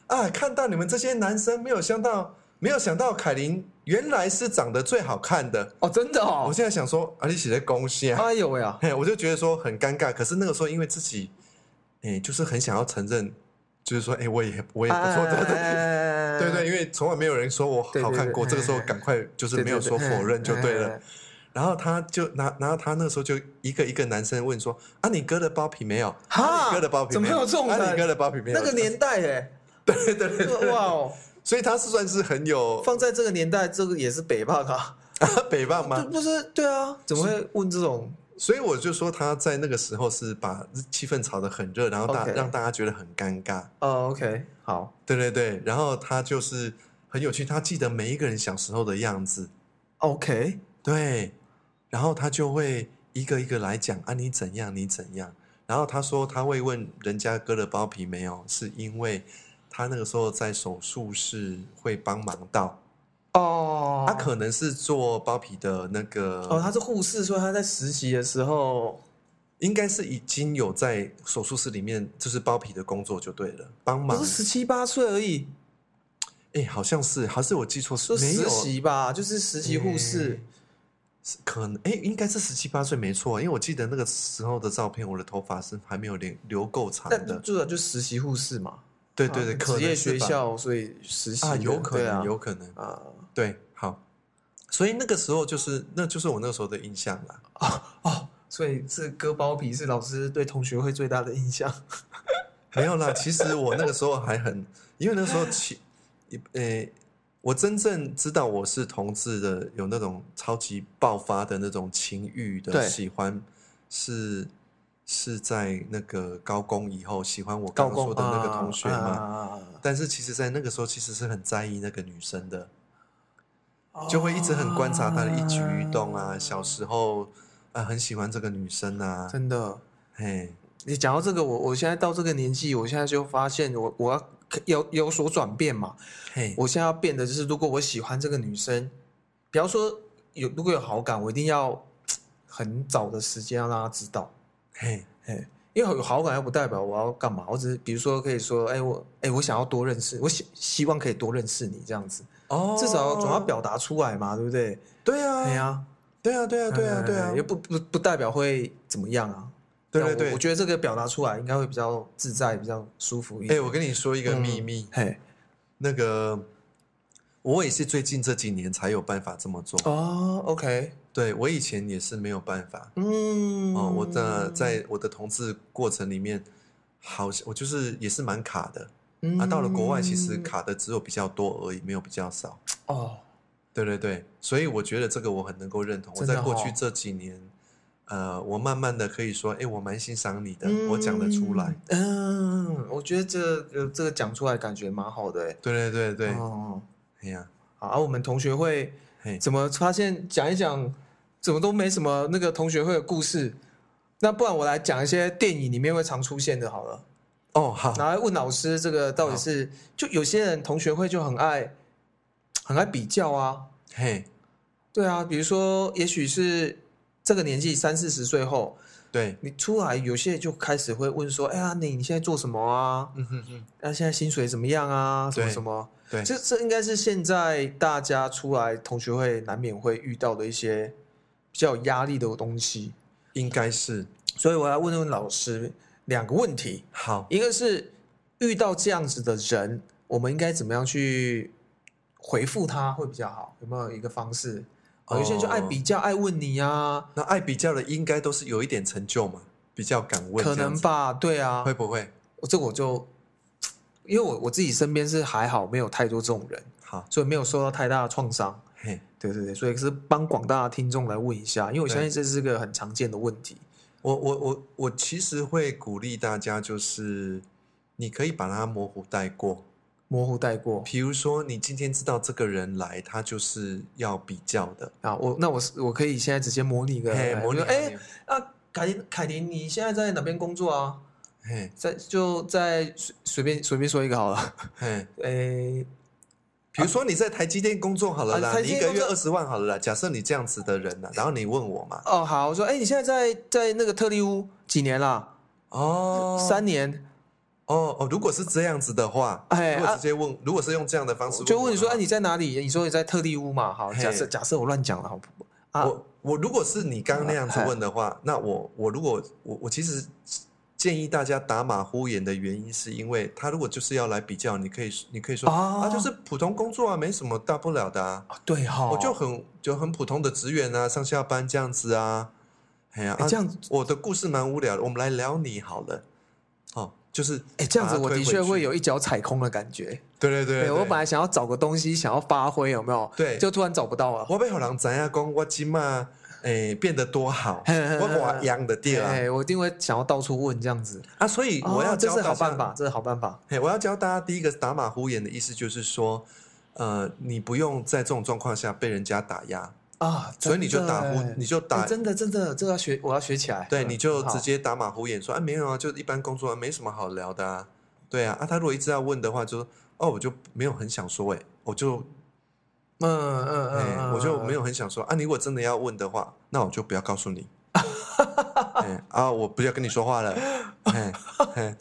啊，看到你们这些男生，没有想到，没有想到凯琳原来是长得最好看的。
哦，真的
我
哦，
现在想说，啊，你写在公司啊，
哎呦喂啊，
嘿，我就觉得说很尴尬。可是那个时候因为自己，哎、就是很想要承认，就是说，哎、我也我也不错，对对
哎
对对，因为从来没有人说我好看过，
对对对
这个时候赶快就是没有说否认就
哎
对了。，然后他就拿，然后他那时候就一个一个男生问说：“啊，你哥的包皮没有？啊，
哈
你哥的包皮
怎么
没有？
会有这种
啊，你
人
哥的包皮没有？”
那个年代哎，
对对对对，
哇哦，
所以他是算是很有
放在这个年代，这个也是北霸啊，
北棒
这
吗？
不是对啊，怎么会问这种？
所以我就说他在那个时候是把气氛炒得很热，然后大
OK
让大家觉得很尴尬。
哦，OK，好，
对对对，然后他就是很有趣，他记得每一个人小时候的样子，
，OK，
对，然后他就会一个一个来讲啊，你怎样，你怎样。然后他说他会问人家割了包皮没有，是因为他那个时候在手术室会帮忙到，
哦，
他可能是做包皮的那个
哦，他是护士，所以他在实习的时候，
应该是已经有在手术室里面就是包皮的工作就对了，帮忙
不是。十七八岁而已，
哎、好像是，还是我记错？
说
没
实
有
习吧，就是实习护士
诶。是嗯可能哎、应该是十七八岁没错，啊因为我记得那个时候的照片，我的头发是还没有留留够长
那
的。
主要就实习护士嘛，
对对对，
啊
可能
职业
是
学
吧
校，所以实习
啊，
的
有可
对
能，
啊
有可能，
啊，
对，好。所以那个时候就是，那就是我那个时候的印象啦。
哦所以这割包皮是老师对同学会最大的印象。
没有啦，其实我那个时候还很，因为那时候其，呃、我真正知道我是同志的，有那种超级爆发的那种情欲的
对
喜欢，是是在那个高工以后喜欢我
高
刚刚
工啊
说的那个同学嘛。
嘛，
但是其实，在那个时候，其实是很在意那个女生的，
啊哦
就会一直很观察她的一举一动啊。小时候，啊，很喜欢这个女生啊，
真的，
嘿，
你讲到这个，我我现在到这个年纪，我现在就发现我我要有有所转变嘛。
嘿，
我现在要变的就是，如果我喜欢这个女生，比方说有如果有好感，我一定要很早的时间要让她知道。
嘿，
哎，因为有好感又不代表我要干嘛，我只是比如说可以说，哎，我哎，我想要多认识，我希希望可以多认识你这样子，
哦，
至少总要表达出来嘛，对不对？
对啊，
哎，呀，
对啊，对啊，对啊，对啊
哎，又不不不代表会怎么样啊。
对
但
对
我
对
我觉得这个表达出来应该会比较自在，比较舒服一
哎、
点。
我跟你说一
嗯
个秘密，
嘿，
那个我也是最近这几年才有办法这么做，
哦，OK，
对我以前也是没有办法。
嗯，
哦，我的在我的同志过程里面，好像我就是也是蛮卡的。啊，到了国外其实
嗯
卡的只有比较多而已，没有比较少。
哦，
对对对，所以我觉得这个我很能够认同。我
真的
在过去
哦
这几年，呃，我慢慢的可以说，哎，我蛮欣赏你的，我讲得出来。
嗯。嗯，我觉得这个这个讲出来感觉蛮好的，哎，
对对对对，
哦，
哎呀，
好啊，我们同学会
嘿，
怎么发现讲一讲，怎么都没什么那个同学会的故事？那不然我来讲一些电影里面会常出现的好了，
哦好，
然后问老师这个到底是就有些人同学会就很爱很爱比较啊，
嘿，
对啊，比如说也许是这个年纪三四十岁后，
对，
你出来有些就开始会问说，哎呀你你现在做什么啊？
嗯哼哼，
那、现在薪水怎么样啊？什么
对
什么？
对，
这这应该是现在大家出来同学会难免会遇到的一些比较有压力的东西，
应该是
所以我要问问老师两个问题，
好，
一个是遇到这样子的人，我们应该怎么样去回复他会比较好？有没有一个方式？哦、有些人就爱比较，爱问你啊，
那爱比较的应该都是有一点成就嘛，比较敢问，
可能，吧，对啊
会，不会？
我这个我就因为我我自己身边是还好，没有太多这种人，
好，
所以没有受到太大的创伤。
嘿，
对对对，所以是帮广大的听众来问一下，因为我相信这是个很常见的问题。
我我我我其实会鼓励大家，就是你可以把它模糊带过。
模糊带过
比如说，你今天知道这个人来，他就是要比较的，
啊，我那我是我可以现在直接模拟一个，
嘿，
哎
模拟
我
行
就哎
业，
啊，凯婷凯婷，你现在在哪边工作啊？
嘿，
在就在随随便随便说一个好了，
嘿，
哎，
比如说你在台积电工作好了
啊
啦，
台
你
积
一
电
个月
工作
二十万好了啦。假设你这样子的人呢，然后你问我嘛，
哦好，我说哎，你现在在在那个特利屋几年啦？
哦，
三年，
哦哦，如果是这样子的话，
哎
如果
啊
直接问，如果是用这样的方式
我
我的话，啊
就问你说哎你在哪里？你说你在特利屋嘛？好，
嘿
假设假设我乱讲了，好不啊？
我我如果是你刚刚那样子
啊
问的话，那我我如果我我其实建议大家打马虎眼的原因，是因为他如果就是要来比较，你可以你可以说啊，
哦
就是普通工作啊，没什么大不了的啊，
啊对哈，
我就很就很普通的职员啊，上下班这样子啊，哎呀、
哎
啊
这样
我的故事蛮无聊的，我们来聊你好了，哦，就是
哎这样子，
把它
我
推
的
回
确会
去
有一脚踩空的感觉。
对对对
对我
对
本来想要找个东西想要发挥，有没有？
对
就突然找不到了。
啊我被好人怎样讲，我今嘛诶变得多好，
嘿嘿嘿
我我养的对啊
哎，我一定会想要到处问这样子。
啊，所以我要
哦这
教
是
大
好
家
办法，这是好办法。
嘿，我要教大家第一个打马虎眼的意思就是说，呃，你不用在这种状况下被人家打压，
啊！
所以你就打
真
呼
的哎，
你就打，
哎真的真的，这个要学，我要学起来。
对，
嗯
你就
好
直接打马虎眼说啊，没有啊，就一般工作啊，没什么好聊的啊，对啊，啊，他如果一直要问的话，就说哦，我就没有很想说、欸，我就，
嗯嗯
哎、
嗯，
我就没
有
有很想说啊，你如果真的要问的话，那我就不要告诉 你。哎啊！我不要跟你说话了。哎哎，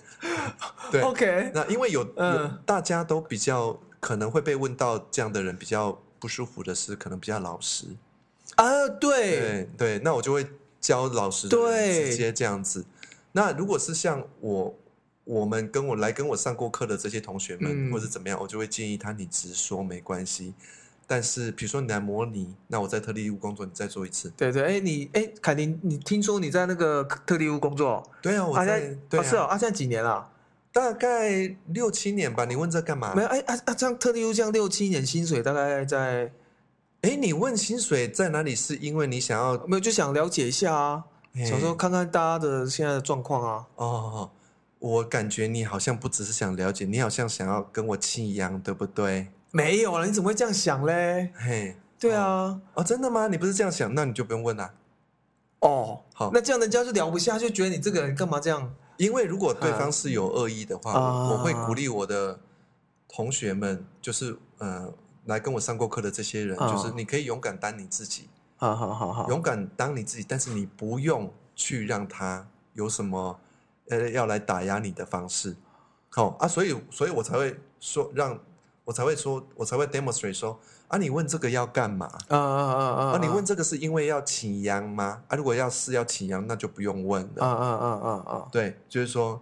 对
OK。
那因为有有
嗯
大家都比较可能会被问到这样的人比较不舒服的是，可能比较老实。
啊，对
对对，那我就会教老实的人
对
直接这样子。那如果是像我，我们跟我来跟我上过课的这些同学们，
嗯
或者怎么样，我就会建议他你直说没关系。但是比如说你来模拟，那我在特例务工作，你再做一次。
对对，哎，你哎，凯琳，你听说你在那个特利屋工作？
对啊，我
啊，
在、
现
对
在啊
啊，
是哦，啊，现在几年了？
大概六七年吧。你问这干嘛？
没有，哎啊啊，这样特利屋这样六七年薪水大概在
哎，你问薪水在哪里，是因为你想要
没有，就想了解一下啊，想
哎
说看看大家的现在的状况啊。
哦，我感觉你好像不只是想了解，你好像想要跟我亲一样，对不对？
没有了，你怎么会这样想嘞？
嘿，
对啊，
哦，真的吗？你不是这样想，那你就不用问啦、
哦，
好
那这样人家就聊不下，就觉得你这个人干嘛这样？
因为如果对方是有恶意的话，
啊
我我会鼓励我的同学们，就是呃，来跟我上过课的这些人，
哦
就是你可以勇敢当你自己，
好好好好，
勇敢当你自己，但是你不用去让他有什么呃要来打压你的方式。好、啊，所以所以我才会说让。我才会说，我才会 demonstrate 说啊，你问这个要干嘛？
啊啊啊啊！
啊，你问这个是因为要起阳吗？啊，如果要是要起阳，那就不用问了。
啊啊啊啊啊！
对，就是说，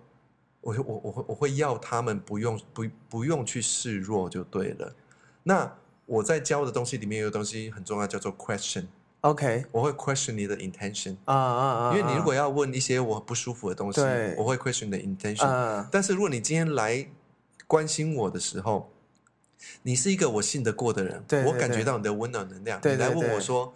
我就我我会我会要他们不用不不用去示弱就对了。那我在教的东西里面有个东西很重要，叫做 question。
OK，
我会 question 你的 intention，
啊啊
因
啊！
为你如果要问一些我不舒服的东西
对，
我会 question 你的 intention。
嗯
但是如果你今天来关心我的时候，你是一个我信得过的人，
对对
我感觉
对
到你的温暖能量，
对对
你来问
对
我说，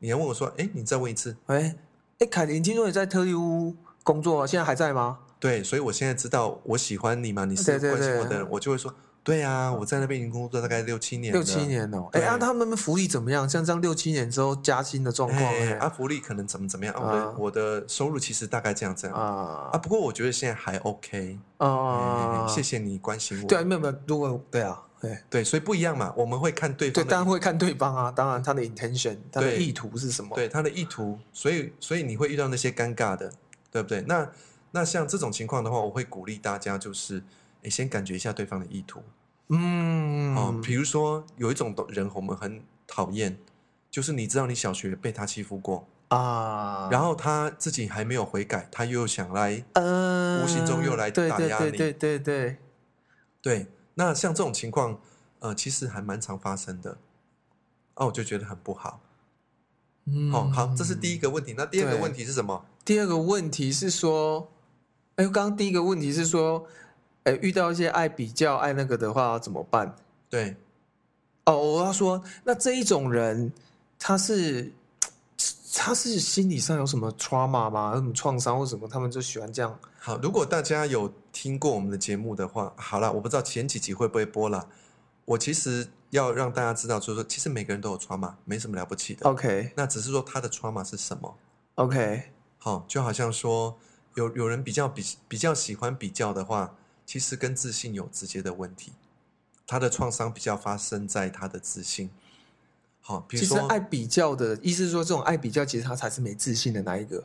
你来问我说，哎，你再问一次，
喂，哎，凯琳，听说你在特利屋工作，现在还在吗？
对，所以我现在知道我喜欢你嘛，你是
对对
关心我的
对
人，我就会说，对啊，我在那边已经工作大概六七年了，
六七，年哦。哎，
对
啊，他们福利怎么样？像这样六七年之后加薪的状况，
哎，阿
哎
福利可能怎么怎么样，啊我的
啊
我的收入其实大概这样这样
啊
啊，不过我觉得现在还 OK，
啊
哎
啊！
谢。谢你关心我，
对啊，没有没有，如果对啊，对
对，所以不一样嘛，我们会看对
对，
方
当然
的。
会看对方啊，当然他的 intention，他的
对
意图是什么？
对他的意图，所以所以你会遇到那些尴尬的，对不对？那那像这种情况的话，我会鼓励大家就是，你先感觉一下对方的意图，
嗯，
哦，比如说有一种人我们很讨厌，就是你知道你小学被他欺负过，
啊，
然后他自己还没有悔改，他又想来
呃，
无形中又来
对
打
对
压
对
你
对对对，
对，那像这种情况，呃，其实还蛮常发生的，哦，我就觉得很不好。
嗯
哦，好，这是第一个问题。那第二个
对
问题是什么？
第二个问题是说，哎，刚刚第一个问题是说，哎，遇到一些爱比较、爱那个的话要怎么办？
对，
哦，我要说，那这一种人，他是他是心理上有什么 trauma 吗？有什么创伤或什么？他们就喜欢这样
好，如果大家有听过我们的节目的话，好啦，我不知道前几集会不会播啦。我其实要让大家知道，就是说，其实每个人都有 trauma，没什么了不起的。
？OK
那只是说他的 trauma 是什么。
OK，
好、就好像说，有有人比较比比较喜欢比较的话，其实跟自信有直接的问题。他的创伤比较发生在他的自信。好、比
其
如
实
说，
爱比较的意思是说，这种爱比较其实他才是没自信的那一个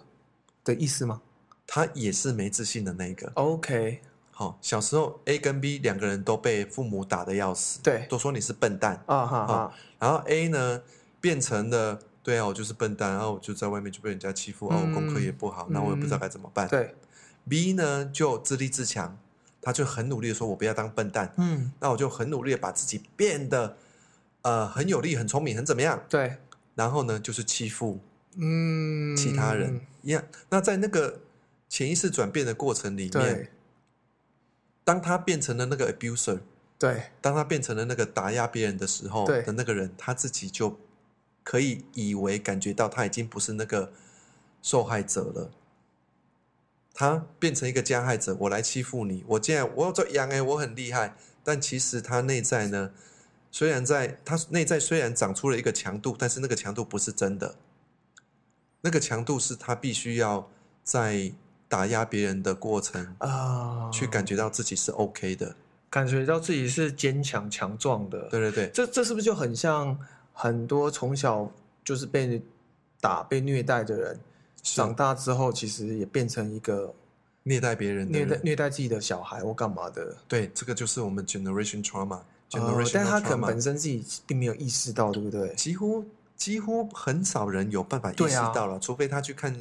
的意思吗
他也是没自信的那一个。
？OK，
好、小时候 A 跟 B 两个人都被父母打得要死，
对
都说你是笨蛋。
啊哈哈，
然后 A 呢变成了，对啊，我就是笨蛋，然后我就在外面就被人家欺负，哦，我功课
嗯
也不好，那我也不知道
嗯
该怎么办。
对，
B 呢就自立自强，他就很努力的说，我不要当笨蛋，
嗯，
那我就很努力的把自己变得呃很有力、很聪明、很怎么样，
对，
然后呢就是欺负
嗯，
其他人一样。那在那个潜意识转变的过程里面
对，
当他变成了那个 abuser，
对
当他变成了那个打压别人的时候
对
的那个人，他自己就可以以为感觉到他已经不是那个受害者了，他变成一个加害者。我来欺负你，我竟然我这样哎，我很厉害，但其实他内在呢，虽然在他内在虽然长出了一个强度，但是那个强度不是真的，那个强度是他必须要在打压别人的过程
啊，
去感觉到自己是 OK 的。
感觉到自己是坚强强壮的。
对对对。
这这是不是就很像很多从小就是被打、被虐待的人，
是
长大之后其实也变成一个
虐待别人的
虐待
人，
虐待自己的小孩或干嘛的？
对，这个就是我们 generation trauma，generation、
哦
generational
但他可能
trauma
本身自己并没有意识到，对不对？
几乎几乎很少人有办法意
对
识
啊
到了，除非他去看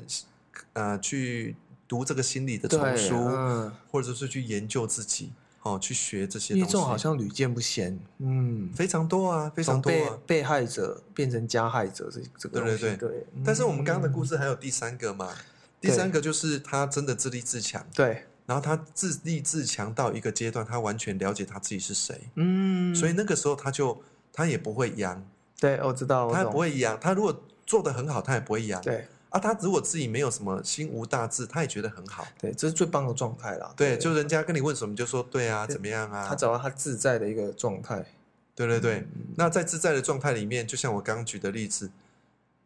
呃去读这个心理的丛
对，
书，
嗯，
或者是去研究自己哦，去学这些
因为
东
这
西，
种好像屡见不鲜，嗯，
非常多啊，非
非
常多
被
啊。
被害者变成加害者这这个
对对
东西，
对
对。嗯
但是我们刚刚的故
事，
事还有第三个嘛，第
对
三个就是他真的自立自强，
对，
然后他自立自强到一个阶段，他完全了解他自己是谁，
嗯，
所以那个时候他就他也不会扬，
对，我知道，我
他
懂
不会扬，他如果做的很好，他也不会扬。
对
啊，他如果自己没有什么心无大志，他也觉得很好。
对，这是最棒的状态啦。
对，就人家跟你问什么，你就说对啊，怎么样
他
啊？
找到他自在的一个状态。
对对对
嗯。
那在自在的状态里面，就像我刚刚举的例子，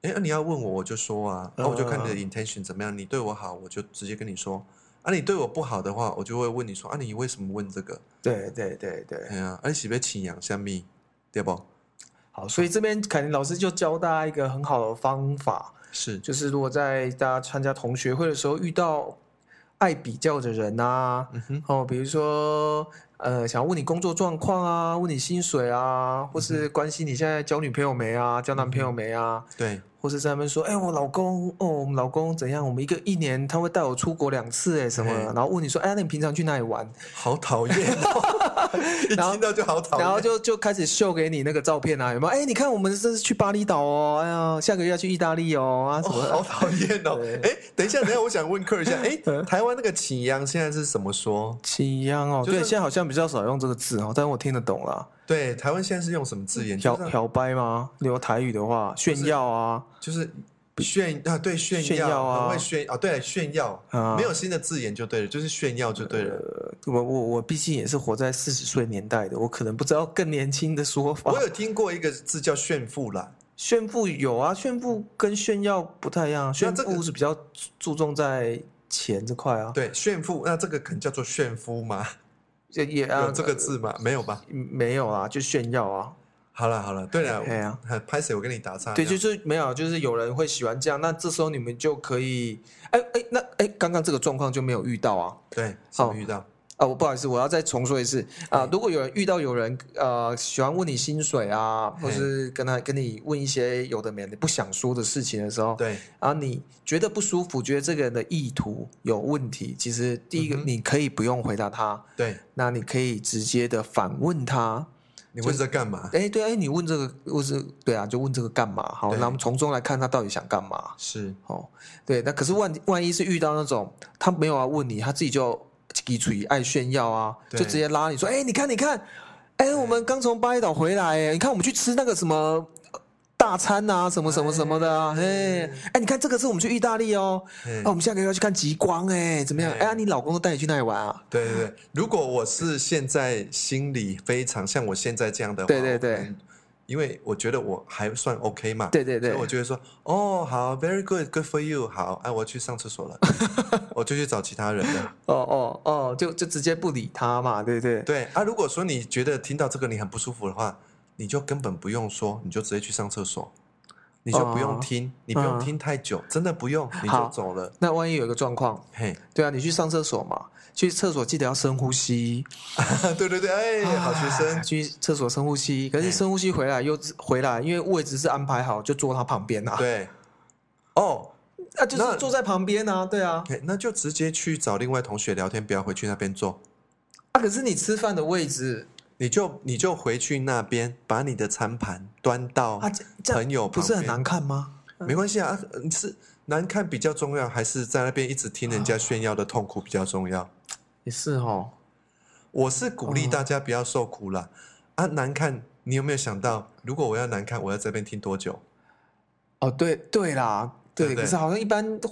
哎，啊你要问我，我就说啊，那、
嗯
我就看你的
嗯
intention 怎么样，你对我好，我就直接跟你说。啊，你对我不好的话，我就会问你说啊，你为什么问这个？
对对对对，
哎呀，啊，你是被请养下面，对不？
好，所以这边凯林老师就教大家一个很好的方法，
是，
就是如果在大家参加同学会的时候遇到爱比较的人啊，
嗯哼，
哦，比如说呃，想问你工作状况啊，问你薪水啊，或是关心你现在交女朋友没啊，交男朋友没啊，
对，
或是在那边说，哎、我老公哦，我们老公怎样？我们一个一年他会带我出国两次，哎，什么的
嘿？
然后问你说，哎，那你平常去哪里玩？
好讨厌、哦， 一
然后
听到就好讨厌。
然后就就开始秀给你那个照片啊，有没有？哎，你看我们这次去巴厘岛哦，哎呀，下个月要去意大利哦， 啊什么的？
哦、好讨厌 哦！哎，等一下，等一下，我想问客一下，哎，台湾那个请羊现在是怎么说？
一样哦，
就是
对，现在好像比较少用这个字哦，但是我听得懂啦。
对，台湾现在是用什么字眼？
漂
就是
漂白吗？留台语的话，炫耀啊，
就是炫啊，对，炫
炫耀啊
很会炫啊，对，炫耀，
啊呃
没有新的字眼就对了，就是炫耀就对了。
我我我毕竟也是活在四十岁年代的，我可能不知道更年轻的说法
我。有听过一个字叫炫富啦，
炫富有啊，炫富跟炫耀不太一样，
那
炫
这个
富是比较注注重在钱这块啊。
对，炫富，那这个可能叫做炫夫吗？
对，也啊
有，这个字吗？没有吧？
没有啊，就炫耀啊。
好了好了，对了
对啊，
我拍谁？我跟你打岔。
对，
啊这
就
样
是没有，就是有人会喜欢这样，那这时候你们就可以，哎哎，那哎，刚刚这个状况就没有遇到啊。
对，什么遇到？
啊，我不好意思，我要再重说一次啊、如果有人遇到有人呃喜欢问你薪水啊，或
嘿
是跟他跟你问一些有的没的不想说的事情的时候，
对，
啊，你觉得不舒服，觉得这个人的意图有问题，其实第一个、
嗯哼
你可以不用回答他，
对，
那你可以直接的反问他，
你问这干嘛？
哎，对，哎，你问这个，我是对啊，就问这个干嘛？好，
对
那我们从中来看他到底想干嘛。
是，
哦，对，那可是万万一是遇到那种他没有要问你，他自己就给出于爱炫耀啊，就
对
直接拉你说，哎，你看，你看，哎，我们刚从巴厘岛回来，哎，你看我们去吃那个什么。大餐啊，什么什么什么的啊，哎
哎
哎，你看这个是我们去意大利哦，
嗯
啊，我们下个月要去看极光哎，怎么样？
哎
哎，啊你老公都带你去那里玩啊？
对对对，如果我是现在心里非常像我现在这样的话，
对对对
我可能，因为我觉得我还算 OK 嘛，
对对
所以
对，
我就会说，哦，好，very good，good for you，好，哎、我要去上厕所 了，我就去找其他人了。
哦哦哦，就就直接不理他嘛，对不对？
对啊，如果说你觉得听到这个你很不舒服的话，你就根本不用说，你就直接去上厕所，你就不用
哦
听，你不用
嗯
听太久，真的不用，你就
好
走了。
那万一有一个状况，
嘿，
对啊，你去上厕所嘛，去厕所记得要深呼吸，
对对对，哎、好学
啊
生，
去厕所深呼吸，可
哎
是深呼吸回来又回来，因为位置是安排好，就坐他旁边啊。，
对，哦。
啊，就
那
是坐在旁边啊，对啊。
OK，那就直接去找另外同学聊天，不要回去那边坐，
啊，可是你吃饭的位置
你就你就回去那边把你的餐盘端到
啊，这这样
朋友
不
旁边，
是很难看吗？
没关系啊，啊你是难看比较重要，还是在那边一直听
哦
人家炫耀的痛苦比较重要？
也是哦，
我是鼓励大家不要受苦啦。啊，难看，你有没有想到，如果我要难看，我要在这边听多久？
哦，对对啦，
对
对，
不对
可是好像一般都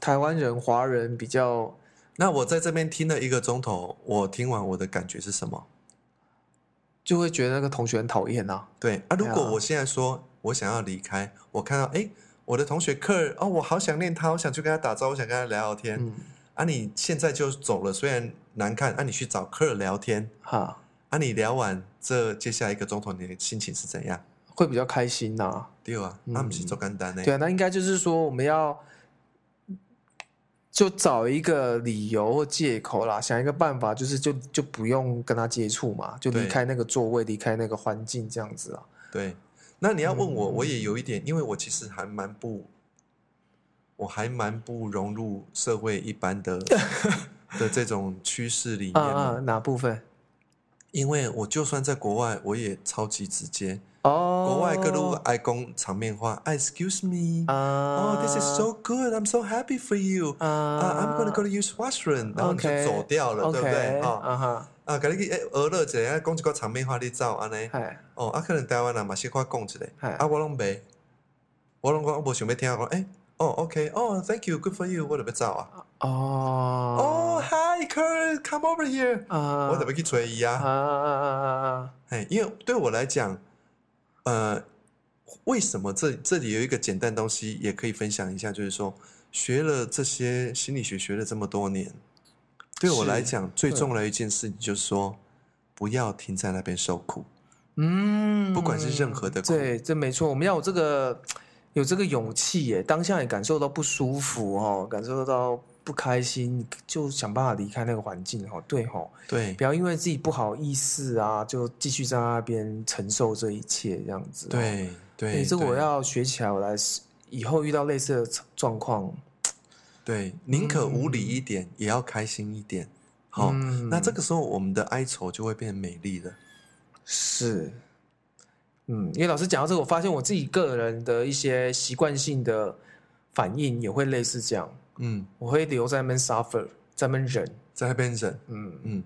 台湾人、华人比较
那我在这边听了一个钟头，我听完我的感觉是什么？
就会觉得那个同学很讨厌啊。
对啊，如
对
果
啊
我现在说我想要离开，我看到哎，诶我的同学克尔哦，我好想念他，我想去跟他打招呼，我想跟他聊聊天。
嗯，
啊，你现在就走了，虽然难看，啊，你去找克尔聊天，
哈，
啊，你聊完这接下来一个钟头，你的心情是怎样？
会比较开心呐、啊。
对啊，那不是
嗯
做简单呢？
对啊，那应该就是说我们要就找一个理由或借口啦，想一个办法，就是就就不用跟他接触嘛，就
对
离开那个座位，离开那个环境这样子啊。
对，那你要问
嗯
我，我也有一点，因为我其实还蛮不，我还蛮不融入社会一般 的的这种趋势里面
啊
嘛
啊，哪部分？
因为我就算在国外，我也超级直接。
哦，
国外各路爱公场面话啊，Excuse me，
啊
哦，This is so good, I'm so happy for you.
啊
啊，I'm gonna go to use washroom，然后你就
OK，
走掉了，对不对？啊
啊哈，
啊，给你诶，俄勒姐，哎讲一个场面话你走安尼。
嗨
哦，啊，可能台湾人嘛，先我讲一下，
嗨
啊，我拢袂，我拢讲我无想要听，我讲诶，哦，OK，哦，Thank you，Good for you，我就要走啊。哦
哦
，Hi，Kurt，Come over here，
啊，
我就要去找伊
啊
啊。
啊啊啊啊！
哎，因为对我来讲，呃，为什么这这里有一个简单东西也可以分享一下，就是说学了这些心理学，学了这么多年，对我
是
来讲，最
对
重要的一件事情就是说，不要停在那边受苦。
嗯，
不管是任何的苦
对，这没错，我们要有这个有这个勇气耶，当下也感受到不舒服哦，感受到不开心，就想办法离开那个环境哦，对哦，
对
不要因为自己不好意思啊，就继续在那边承受这一切这样子、哦。
对
哎，
对，
这个我
对
要学起来，我来以后遇到类似的状况，
对，宁可无理
嗯
一点，也要开心一点。好，
嗯
那这个时候我们的哀愁就会变美丽了。
是，嗯，因为老师讲到这个，我发现我自己个人的一些习惯性的反应也会类似这样，
嗯，
我会留在那边 suffer，在那边忍，
在那边忍，
嗯，
嗯，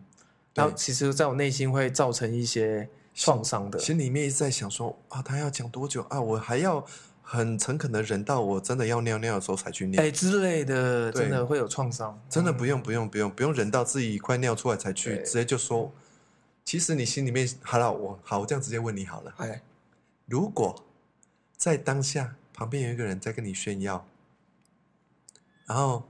然后
对
其实在我内心会造成一些创伤的，
心里面一直在想说啊，他要讲多久啊？我还要很诚恳的忍到我真的要尿尿的时候才去尿。
哎之类的，真
对
的会有创伤，
真的不
嗯
用不用不用不用忍到自己快尿出来才去，
对
直接就说。其实你心里面好了，我好，我这样直接问你好了。
哎，
如果在当下旁边有一个人在跟你炫耀，然后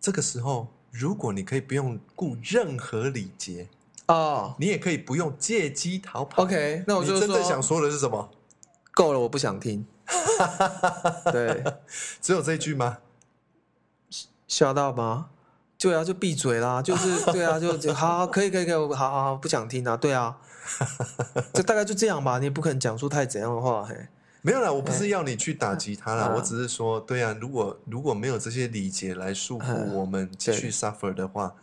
这个时候，如果你可以不用顾任何礼节，
哦
你也可以不用借机逃跑。
，OK，那我
你
就
真正想
说
说的是什么？
够了，我不想 听，对，
只有这一句吗？
吓到吗？对啊，就闭嘴啦，就是 对啊，就就好，好可以可以可以，我好好好，不想听啊，对啊，就大概就这样吧，你也不可能讲出太怎样的话，嘿，
没有啦，我不是要你去打击他啦，
嗯
我只是说，对啊，如果如果没有这些礼节来束缚
嗯
我们继续
对
suffer 的话，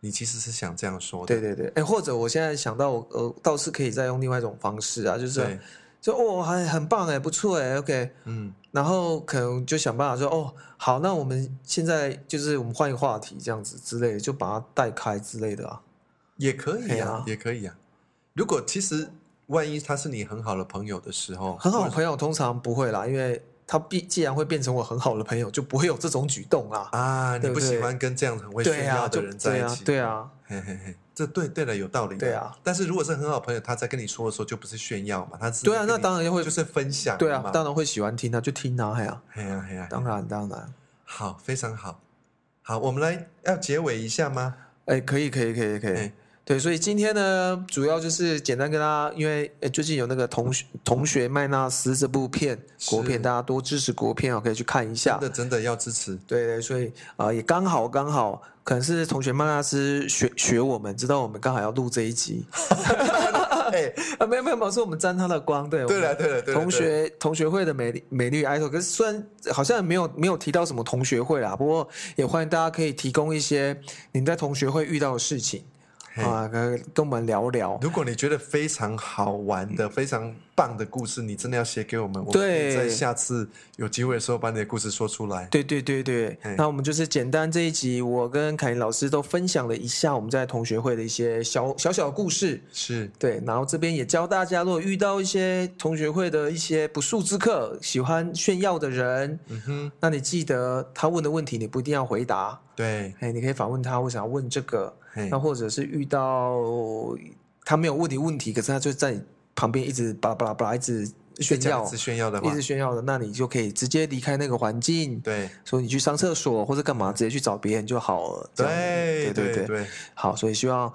你其实是想这样说的，
对对对，哎，或者我现在想到我呃，倒是可以再用另外一种方式啊，就是
对
就哦，还很棒哎，不错哎，OK，
嗯，
然后可能就想办法说哦，好，那我们现在就是我们换一个话题这样子之类的，就把它带开之类的啊，
也可以
对
啊
啊，
也可以啊。如果其实万一他是你很好的朋友的时候，
很好
或
的
者
朋友通常不会啦，因为他必既然会变成我很好的朋友，就不会有这种举动啦。
啊，你
对
不
不
喜
对
欢跟这样很 会
对
炫
呀，
耀
就
的人在一起，
对啊，
嘿嘿嘿，这对对了，有道理，
对啊。
但是如果是很好的朋友，他在跟你说的时候，就不是炫耀嘛，他是
对啊，对啊，
跟
那
你
当然就会
就是分享，
对啊，当，然会喜欢听啊，就听啊，哎呀，
嘿呀嘿呀，嘿呀
当然当然，
好，非常好。好，我们来要结尾一下吗？
哎，可以可以可以可以
哎。
对，所以今天呢，主要就是简单跟大家，因为哎最近有那个同学同学麦纳斯这部片国
是
片，大家多支持国片啊，可以去看一下
真。的真的要支持，
对对，所以啊、呃也刚好刚好，可能是同学麦纳斯学学我们，知道我们刚好要录这一集，
哎，
啊，没有没有，没有，是我们沾他的光，对，我
对
们
了对了对了，
同
对了
学同学会的美丽美丽 idol，可是虽然好像没有没有提到什么同学会啦，不过也欢迎大家可以提供一些你们在同学会遇到的事情
嘿
啊，跟跟我们聊聊。
如果你觉得非常好玩的、非常棒的故事，你真的要写给我们，我们可以
对
在下次有机会的时候把你的故事说出来。
对对对对
嘿，
那我们就是简单这一集，我跟凯琳老师都分享了一下我们在同学会的一些小小小的故事。
是，
对，然后这边也教大家，如果遇到一些同学会的一些不速之客，喜欢炫耀的人，
嗯哼，
那你记得他问的问题，你不一定要回答，
对，
哎，你可以反问他为啥要问这个，
嘿
那，或者是遇到他没有问你问题，可是他就在你旁边一直巴拉巴拉巴拉一直炫
讲
耀
一，次炫耀的
一
话
直，炫耀的，那你就可以直接离开那个环境，
对，
所以你去上厕所或者干嘛，直接去找别人就好了。这样
对，
子对
对，
对对，
对，
好，所以希望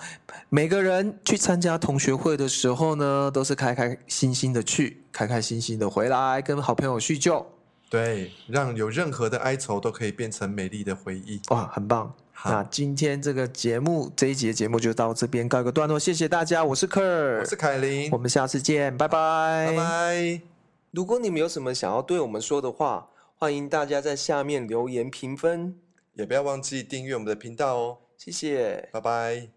每个人去参加同学会的时候呢，都是开开心心的去，开开心心的回来，跟好朋友叙旧，
对，让有任何的哀愁都可以变成美丽的回忆。
哇，很棒。
好
那今天这个节目这一集的节目就到这边告一个段落，谢谢大家，我是科尔，
我是凯琳
我，们下次见，拜拜。
拜拜。
如果你们有什么想要对我们说的话，欢迎大家在下面留言评分，
也不要忘记订阅我们的频道哦，
谢谢。
拜拜。